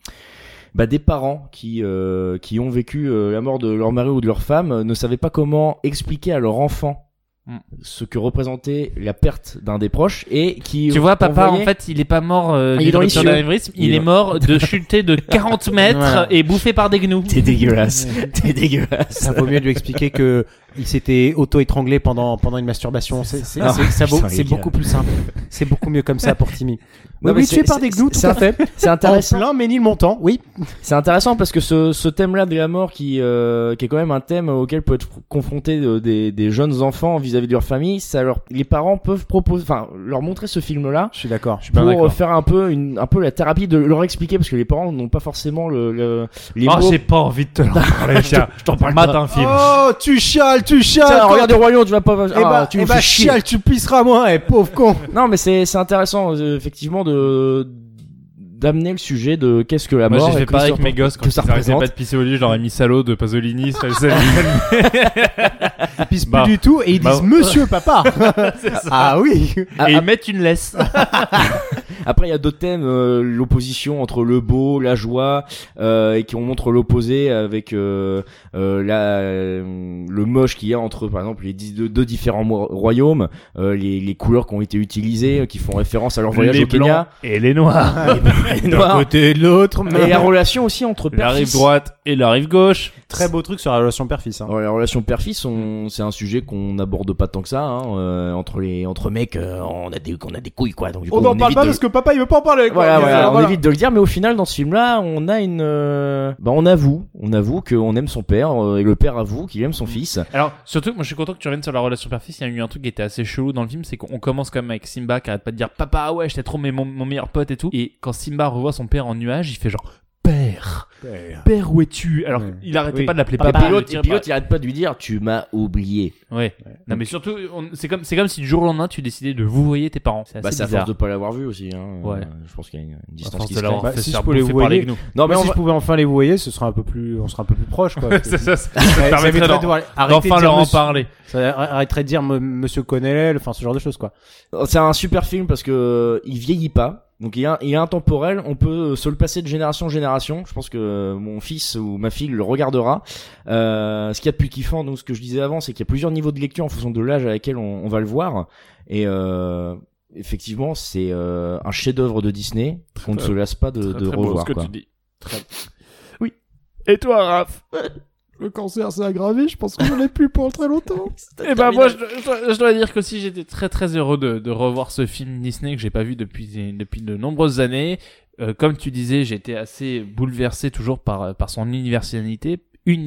D: bah, des parents qui euh, qui ont vécu euh, la mort de leur mari ou de leur femme euh, ne savaient pas comment expliquer à leur enfant
B: Mm.
D: ce que représentait la perte d'un des proches et qui
B: Tu vois, papa,
D: envoyaient-
B: en fait, il est pas mort euh,
D: Il
B: d'une
D: est dans les
B: rupture
D: cieux.
B: d'anévrisme, il,
D: Il est
B: est mort de chuter de 40 mètres et bouffé par des gnous.
D: T'es dégueulasse, t'es dégueulasse.
C: Ça vaut mieux lui expliquer que il s'était auto-étranglé pendant, pendant une masturbation. C'est, c'est,
H: Ah.
D: ça.
C: c'est- ça vaut-
D: Putain, les
C: c'est
D: gars.
C: beaucoup plus simple. C'est beaucoup mieux comme ça pour Timmy. Oui,
D: Non, mais
C: oui,
D: c'est-
C: tué par des
D: c'est-
C: gnous, tout
D: c'est
C: à fait.
D: C'est
C: En
D: intéressant.
C: plein Ménilmontant, oui.
D: C'est intéressant parce que ce, ce thème-là de la mort qui, euh, qui est quand même un thème auquel peut être confronté euh, des, des jeunes enfants vis-à-vis de leur famille, ça leur, les parents peuvent proposer, enfin, leur montrer ce film-là
C: Je suis d'accord. Je suis
D: pour
C: pas
D: euh, faire un peu une, un peu la thérapie de leur expliquer parce que les parents n'ont pas forcément le, le- les
B: Oh,
C: Ah,
D: mots.
B: j'ai pas envie de te l'en parler, tiens. Je t'en parle Matin film.
C: Oh, tu chiales, tu chiales.
D: Tiens,
C: quand-
D: regarde le royaume, tu vas pas,
C: Eh
D: ah,
C: bah,
D: tu
C: eh
D: me
C: bah,
D: fais chier.
C: chiale, tu pisseras moins, eh, pauvre con.
D: Non, mais c'est, c'est intéressant, euh, effectivement, de, d'amener le sujet de qu'est-ce que la
B: Moi,
D: mort
B: j'ai
D: et
B: fait
D: que
B: pareil
D: sur-
B: avec mes gosses quand
D: que ça
B: ils arrêtaient
D: représente.
B: pas de pisser au lit, je leur ai mis salaud de Pasolini, ça, ça-
C: Ils pissent
B: Bah.
C: plus du tout et ils
B: Bah.
C: disent Monsieur Papa. ah oui.
D: Ah,
B: et
D: ah,
B: ils mettent une laisse.
D: Après, il y a d'autres thèmes, euh, l'opposition entre le beau, la joie, euh, et qui on montre l'opposé avec euh, euh, la, euh, le moche qu'il y a entre, par exemple, les dix- deux, deux différents mo- royaumes, euh, les, les couleurs qui ont été utilisées, euh, qui font référence à leur voyage
H: les
D: au Kenya.
H: blancs et les noirs.
D: Et
L: D'un
D: noir.
L: côté et de l'autre.
D: Et la relation aussi entre
H: la rive
D: père-fils.
H: droite et la rive gauche.
C: Très beau truc sur la relation père-fils. hein.
D: Alors, la relation père-fils, on- c'est un sujet qu'on n'aborde pas tant que ça. Hein, euh, entre les entre mecs, euh, on a des on a des couilles quoi. Donc du coup,
L: On n'en parle
D: évite
L: pas
D: de-
L: parce que papa il veut pas en parler. quoi.
D: Voilà, voilà,
L: Alors,
D: on
L: voilà.
D: évite de le dire, mais au final, dans ce film-là, on a une, euh, bah, on avoue, on avoue qu'on aime son père, euh, et le père avoue qu'il
H: Mm.
D: aime son fils.
H: Alors, surtout, que moi je suis content que tu reviennes sur la relation père-fils. Il y a eu un truc qui était assez chelou dans le film, c'est qu'on commence quand même avec Simba qui arrête pas de dire Papa, ah ouais, j'étais trop mais mon, mon meilleur pote et tout. Et quand Simba revoit son père en nuage, il fait genre Père,
L: Père.
H: père, où es-tu Alors,
L: Ouais.
H: il arrêtait
D: Oui.
H: pas de
C: Ah
H: l'appeler
D: Et
C: bah,
H: papa.
D: pilote,
H: il le
D: et
H: tirait
D: pilote, il arrête pas de lui dire, tu m'as oublié.
H: par- Ouais. Non, mais surtout, on- c'est comme, c'est comme si du jour au lendemain tu décidais de vous voyer tes parents. Ah, C'est assez
D: Bah, c'est à
H: bizarre.
D: force de pas l'avoir vu aussi, hein.
H: Ouais.
D: Euh, Je pense qu'il y a une, une
H: À
D: distance
H: force
D: qui
H: de
D: se crée.
H: l'avoir
C: Bah,
H: fait
C: si
H: se faire
C: je pouvais
H: bouffer
C: vous
H: par les
C: voyer-
H: gnous.
D: Non,
C: Mais
D: mais on
C: si
D: va-
C: je pouvais enfin les voyer, ce serait un peu plus, on serait un peu plus proche, quoi.
H: Ça, ça, ça, ça
C: Ouais, ça
H: permettrait
C: m'étonnerait
H: d'en-
C: de voir- arrêter de
H: d'enfin
C: dire
H: leur en
C: monsieur-
H: parler.
C: Ça arrêterait de dire me- Monsieur Connell, enfin ce genre de choses quoi.
D: C'est un super film parce que euh, il vieillit pas. Donc il est, un- il est intemporel, on peut euh, se le passer de génération en génération. Je pense que euh, mon fils ou ma fille le regardera. Euh, ce qu'il y a de plus kiffant, donc ce que je disais avant, c'est qu'il y a plusieurs niveaux de lecture en fonction de l'âge à laquelle on, on va le voir. Et euh, effectivement, c'est euh, un chef-d'œuvre de Disney qu'on ne se lasse pas de,
H: Très,
D: de
H: très beau,
D: revoir.
H: ce que
D: quoi.
H: tu dis. Oui. Et toi, Raph
M: Le cancer s'est aggravé, je pense que j'en ai plus pour très longtemps.
H: Eh ben moi, je, je- je dois dire que si j'étais très très heureux de, de revoir ce film Disney que j'ai pas vu depuis depuis de nombreuses années. Euh, comme tu disais, j'étais assez bouleversé toujours par euh, par son universalité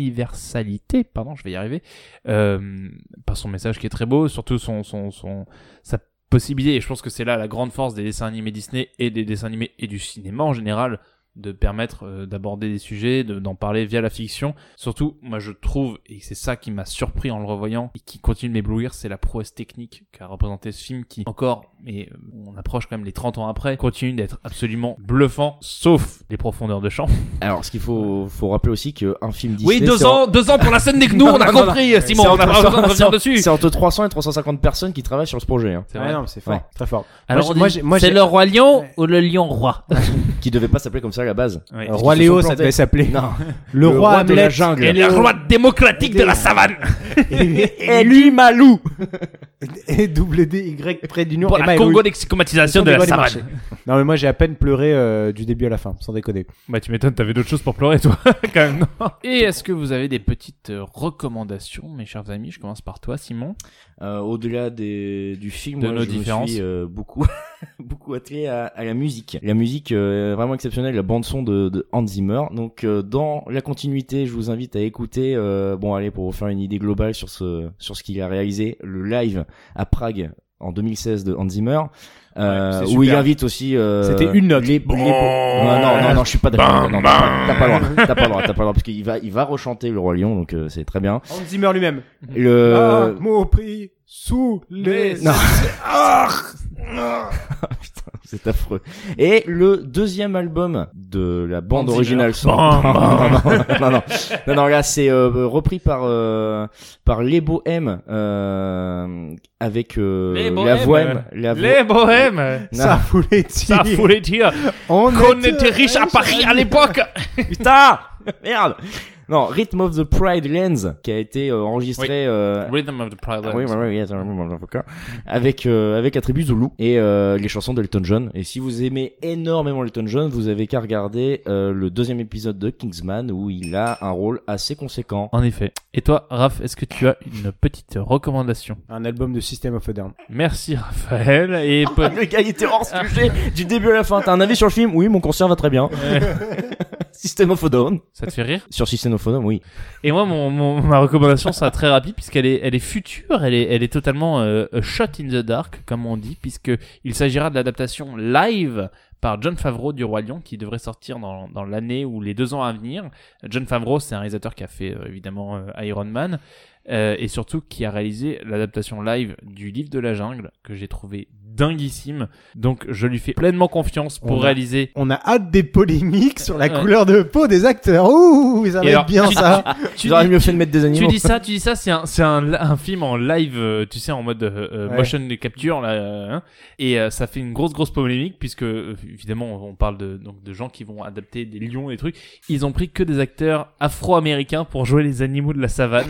H: universalité pardon je vais y arriver euh, par son message qui est très beau surtout son son son sa possibilité et je pense que c'est là la grande force des dessins animés Disney et des dessins animés et du cinéma en général de permettre euh, d'aborder des sujets, de- d'en parler via la fiction. Surtout, moi je trouve, et c'est ça qui m'a surpris en le revoyant et qui continue de m'éblouir, c'est la prouesse technique qu'a représenté ce film qui, encore, mais euh, on approche quand même les 30 ans après, continue d'être absolument bluffant, sauf les profondeurs de champ.
D: Alors ce qu'il faut, faut rappeler aussi qu'un film Disney...
H: oui, deux
D: c'est en-
H: ans, deux ans pour la scène des gnous, on a
D: Non, non, non.
H: compris, euh, Simon,
D: C'est
H: on a
D: entre-
H: pas besoin de
D: c'est en-
H: revenir dessus.
D: C'est entre 300 et 350 personnes qui travaillent sur ce projet, hein,
H: C'est
C: Ouais,
H: vrai.
C: non, mais c'est fort,
D: Ouais.
C: très fort.
H: Alors,
C: moi,
H: moi,
C: j'ai- moi,
H: c'est
C: j'ai-
H: le roi lion
C: Ouais.
H: ou le lion roi
D: qui devait pas s'appeler comme ça à la base.
H: Ouais.
C: Euh, Roi
D: qu'ils se
C: Léo,
D: sont
C: ça
D: plantés
C: devait s'appeler.
D: Non.
C: Le, roi,
D: de
C: Hamlet.
D: la jungle.
H: Et Eh le roi démocratique de la
C: Eh,
H: savane
D: Élu Malou.
C: Et W D Y près du nom.
H: Pour
C: Eh ben,
H: la
C: oui,
H: Congo-déxicomatisation de
C: des
H: la
C: bonnes
H: savane
C: marchés. Non mais moi j'ai à peine pleuré euh, du début à la fin, sans déconner.
H: Bah tu m'étonnes, t'avais d'autres choses pour pleurer toi, quand même. Non Et est-ce que vous avez des petites euh, recommandations, mes chers amis Je commence par toi, Simon.
D: Euh, Au-delà des- du film,
H: De
D: moi,
H: nos
D: je me
H: différences.
D: suis euh, beaucoup, beaucoup attelé à, à la musique. La musique euh, vraiment exceptionnelle, la bande son de, de Hans Zimmer. Donc euh, dans la continuité, je vous invite à écouter. euh, bon, allez pour vous faire une idée globale sur ce sur ce qu'il a réalisé, le live à Prague en 2016 de Hans Zimmer, euh,
L: Ouais, c'est
D: où il
L: super.
D: invite aussi. euh,
L: C'était une note.
D: les- les- non, non, non, non, je suis pas d'accord. Non, non, T'as pas le droit, t'as pas le droit, t'as pas le droit, parce qu'il va, il va rechanter le roi lion, donc euh, c'est très bien.
C: Hans Zimmer lui-même.
D: Le,
C: mon prix sous les.
D: Non. Putain, c'est affreux. Et le deuxième album de la bande
H: Hans
D: originale son.
H: Bam,
D: non, non, non, non, non. Non, non, là c'est euh, repris par euh, par les Bohèmes euh, avec euh,
H: Les
D: la
H: Bohèmes.
D: voix la voix.
H: Les bohèmes
D: Non.
C: Ça voulait dire.
H: Ça voulait dire
C: On
H: qu'on était riche
C: eh,
H: à Paris à l'époque
D: Putain, merde. Non, Rhythm of the Pride Lands qui a été euh, enregistré euh,
H: Rhythm of the Pride
D: Ah oui, oui, oui, yes, I remember the fucker. avec euh, avec la tribu Zulu et euh, les chansons d'Elton John. Et si vous aimez énormément Elton John, vous avez qu'à regarder euh, le deuxième épisode de Kingsman où il a un rôle assez conséquent.
H: En effet. Et toi, Raph, est-ce que tu as une petite recommandation
C: Un album de System of a Down.
H: Merci, Raphaël. Et peut-
D: Le gars il était hors sujet du début à la fin. T'as un avis sur le film Oui, mon concert va très bien. System of a Down.
H: ça te fait rire
D: Sur System of a Down, oui.
H: Et moi, mon, mon- ma recommandation sera très rapide puisqu'elle est, elle est future, elle est, elle est totalement euh, shot in the dark, comme on dit, puisque il s'agira de l'adaptation live
B: par John Favreau du Roi Lion qui devrait sortir dans, dans l'année ou les deux ans à venir. John Favreau, c'est un réalisateur qui a fait euh, évidemment euh, Iron Man euh, et surtout qui a réalisé l'adaptation live du livre de la jungle que j'ai trouvé dinguissime. Donc je lui fais pleinement confiance pour
C: On a-
B: réaliser
C: On a hâte des polémiques sur la
B: Ouais.
C: couleur de peau des acteurs. Ouh, ça va
B: Et alors,
C: être bien ça.
B: Tu
D: Tu aurais
B: dis-
D: mieux fait de mettre des
B: Tu
D: animaux.
B: dis ça, tu dis ça, c'est un, c'est un, un film en live, euh, tu sais, en mode euh, euh,
C: Ouais.
B: motion de capture là, euh, hein. et euh, ça fait une grosse grosse polémique puisque euh, évidemment on parle de donc de gens qui vont adapter des lions et des trucs. Ils ont pris que des acteurs afro-américains pour jouer les animaux de la savane.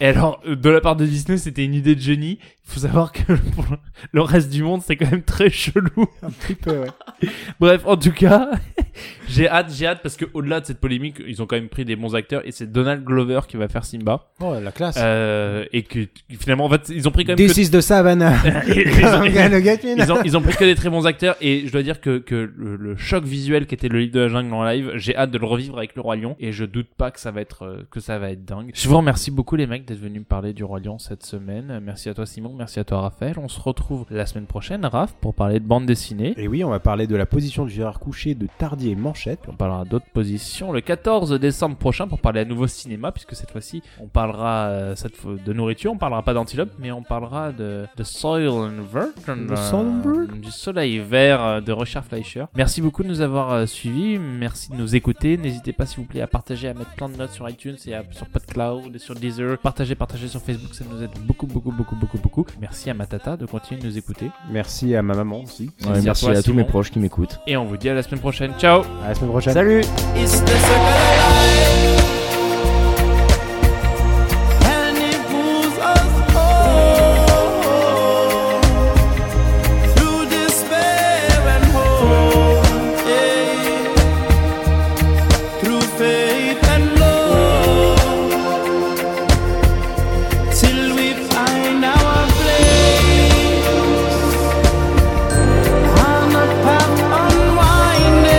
B: Et alors, euh, de la part de Disney, c'était une idée de génie. Il faut savoir que pour le reste du monde, c'est quand même très chelou.
C: Un petit peu, ouais.
B: Bref, en tout cas, j'ai hâte, j'ai hâte parce que au-delà de cette polémique, ils ont quand même pris des bons acteurs et c'est Donald Glover qui va faire Simba.
G: Oh, la classe.
B: Euh, et que finalement en fait ils ont pris quand même
C: This is the savannah.
B: que... ils, ont,
C: Gonna get me now.
B: ils ont- ils ont pris que des très bons acteurs et je dois dire que, que le, le choc visuel qui était le livre de la jungle en live j'ai hâte de le revivre avec le roi lion et je doute pas que ça va être euh, que ça va être dingue je vous remercie beaucoup les mecs d'être venus me parler du roi lion cette semaine merci à toi Simon merci à toi Raphaël on se retrouve la semaine prochaine Raph pour parler de bande dessinée
C: Et oui, on va parler de la position de Gérard Couché, de Tardier et Manchette.
B: on parlera d'autres positions le 14 décembre prochain pour parler à nouveau cinéma, puisque cette fois-ci, on parlera euh, cette fois de nourriture, on parlera pas d'antilope, mais on parlera de, de Soil and Virgin, euh,
C: The Soil and Virgin.
B: du soleil vert euh, de Richard Fleischer. Merci beaucoup de nous avoir euh, suivis, merci de nous écouter. N'hésitez pas, s'il vous plaît, à partager, à mettre plein de notes sur iTunes et à- sur PodCloud et sur Deezer. Partagez, partagez sur Facebook, ça nous aide beaucoup, beaucoup, beaucoup, beaucoup, beaucoup. Merci à Matata de continuer de nous écouter.
C: Merci à ma maman aussi.
D: Ouais,
B: C'est
D: merci
B: à toi,
D: à tous
B: Simon.
D: mes proches qui m'écoutent.
B: Et on vous dit à la semaine prochaine. Ciao!
C: À la semaine prochaine.
D: Salut
A: It's the circle of life, and it pulls us all through despair and hope, yeah. through faith and love, till we find our place on a path unwinding.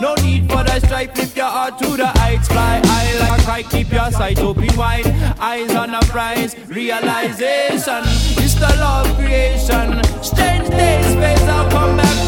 A: No need for the strife, lift your heart to the heights, fly high like a kite, keep your sight open wide, eyes on the prize, realization, it's the law of creation, strange days, space, I'll come back Oh,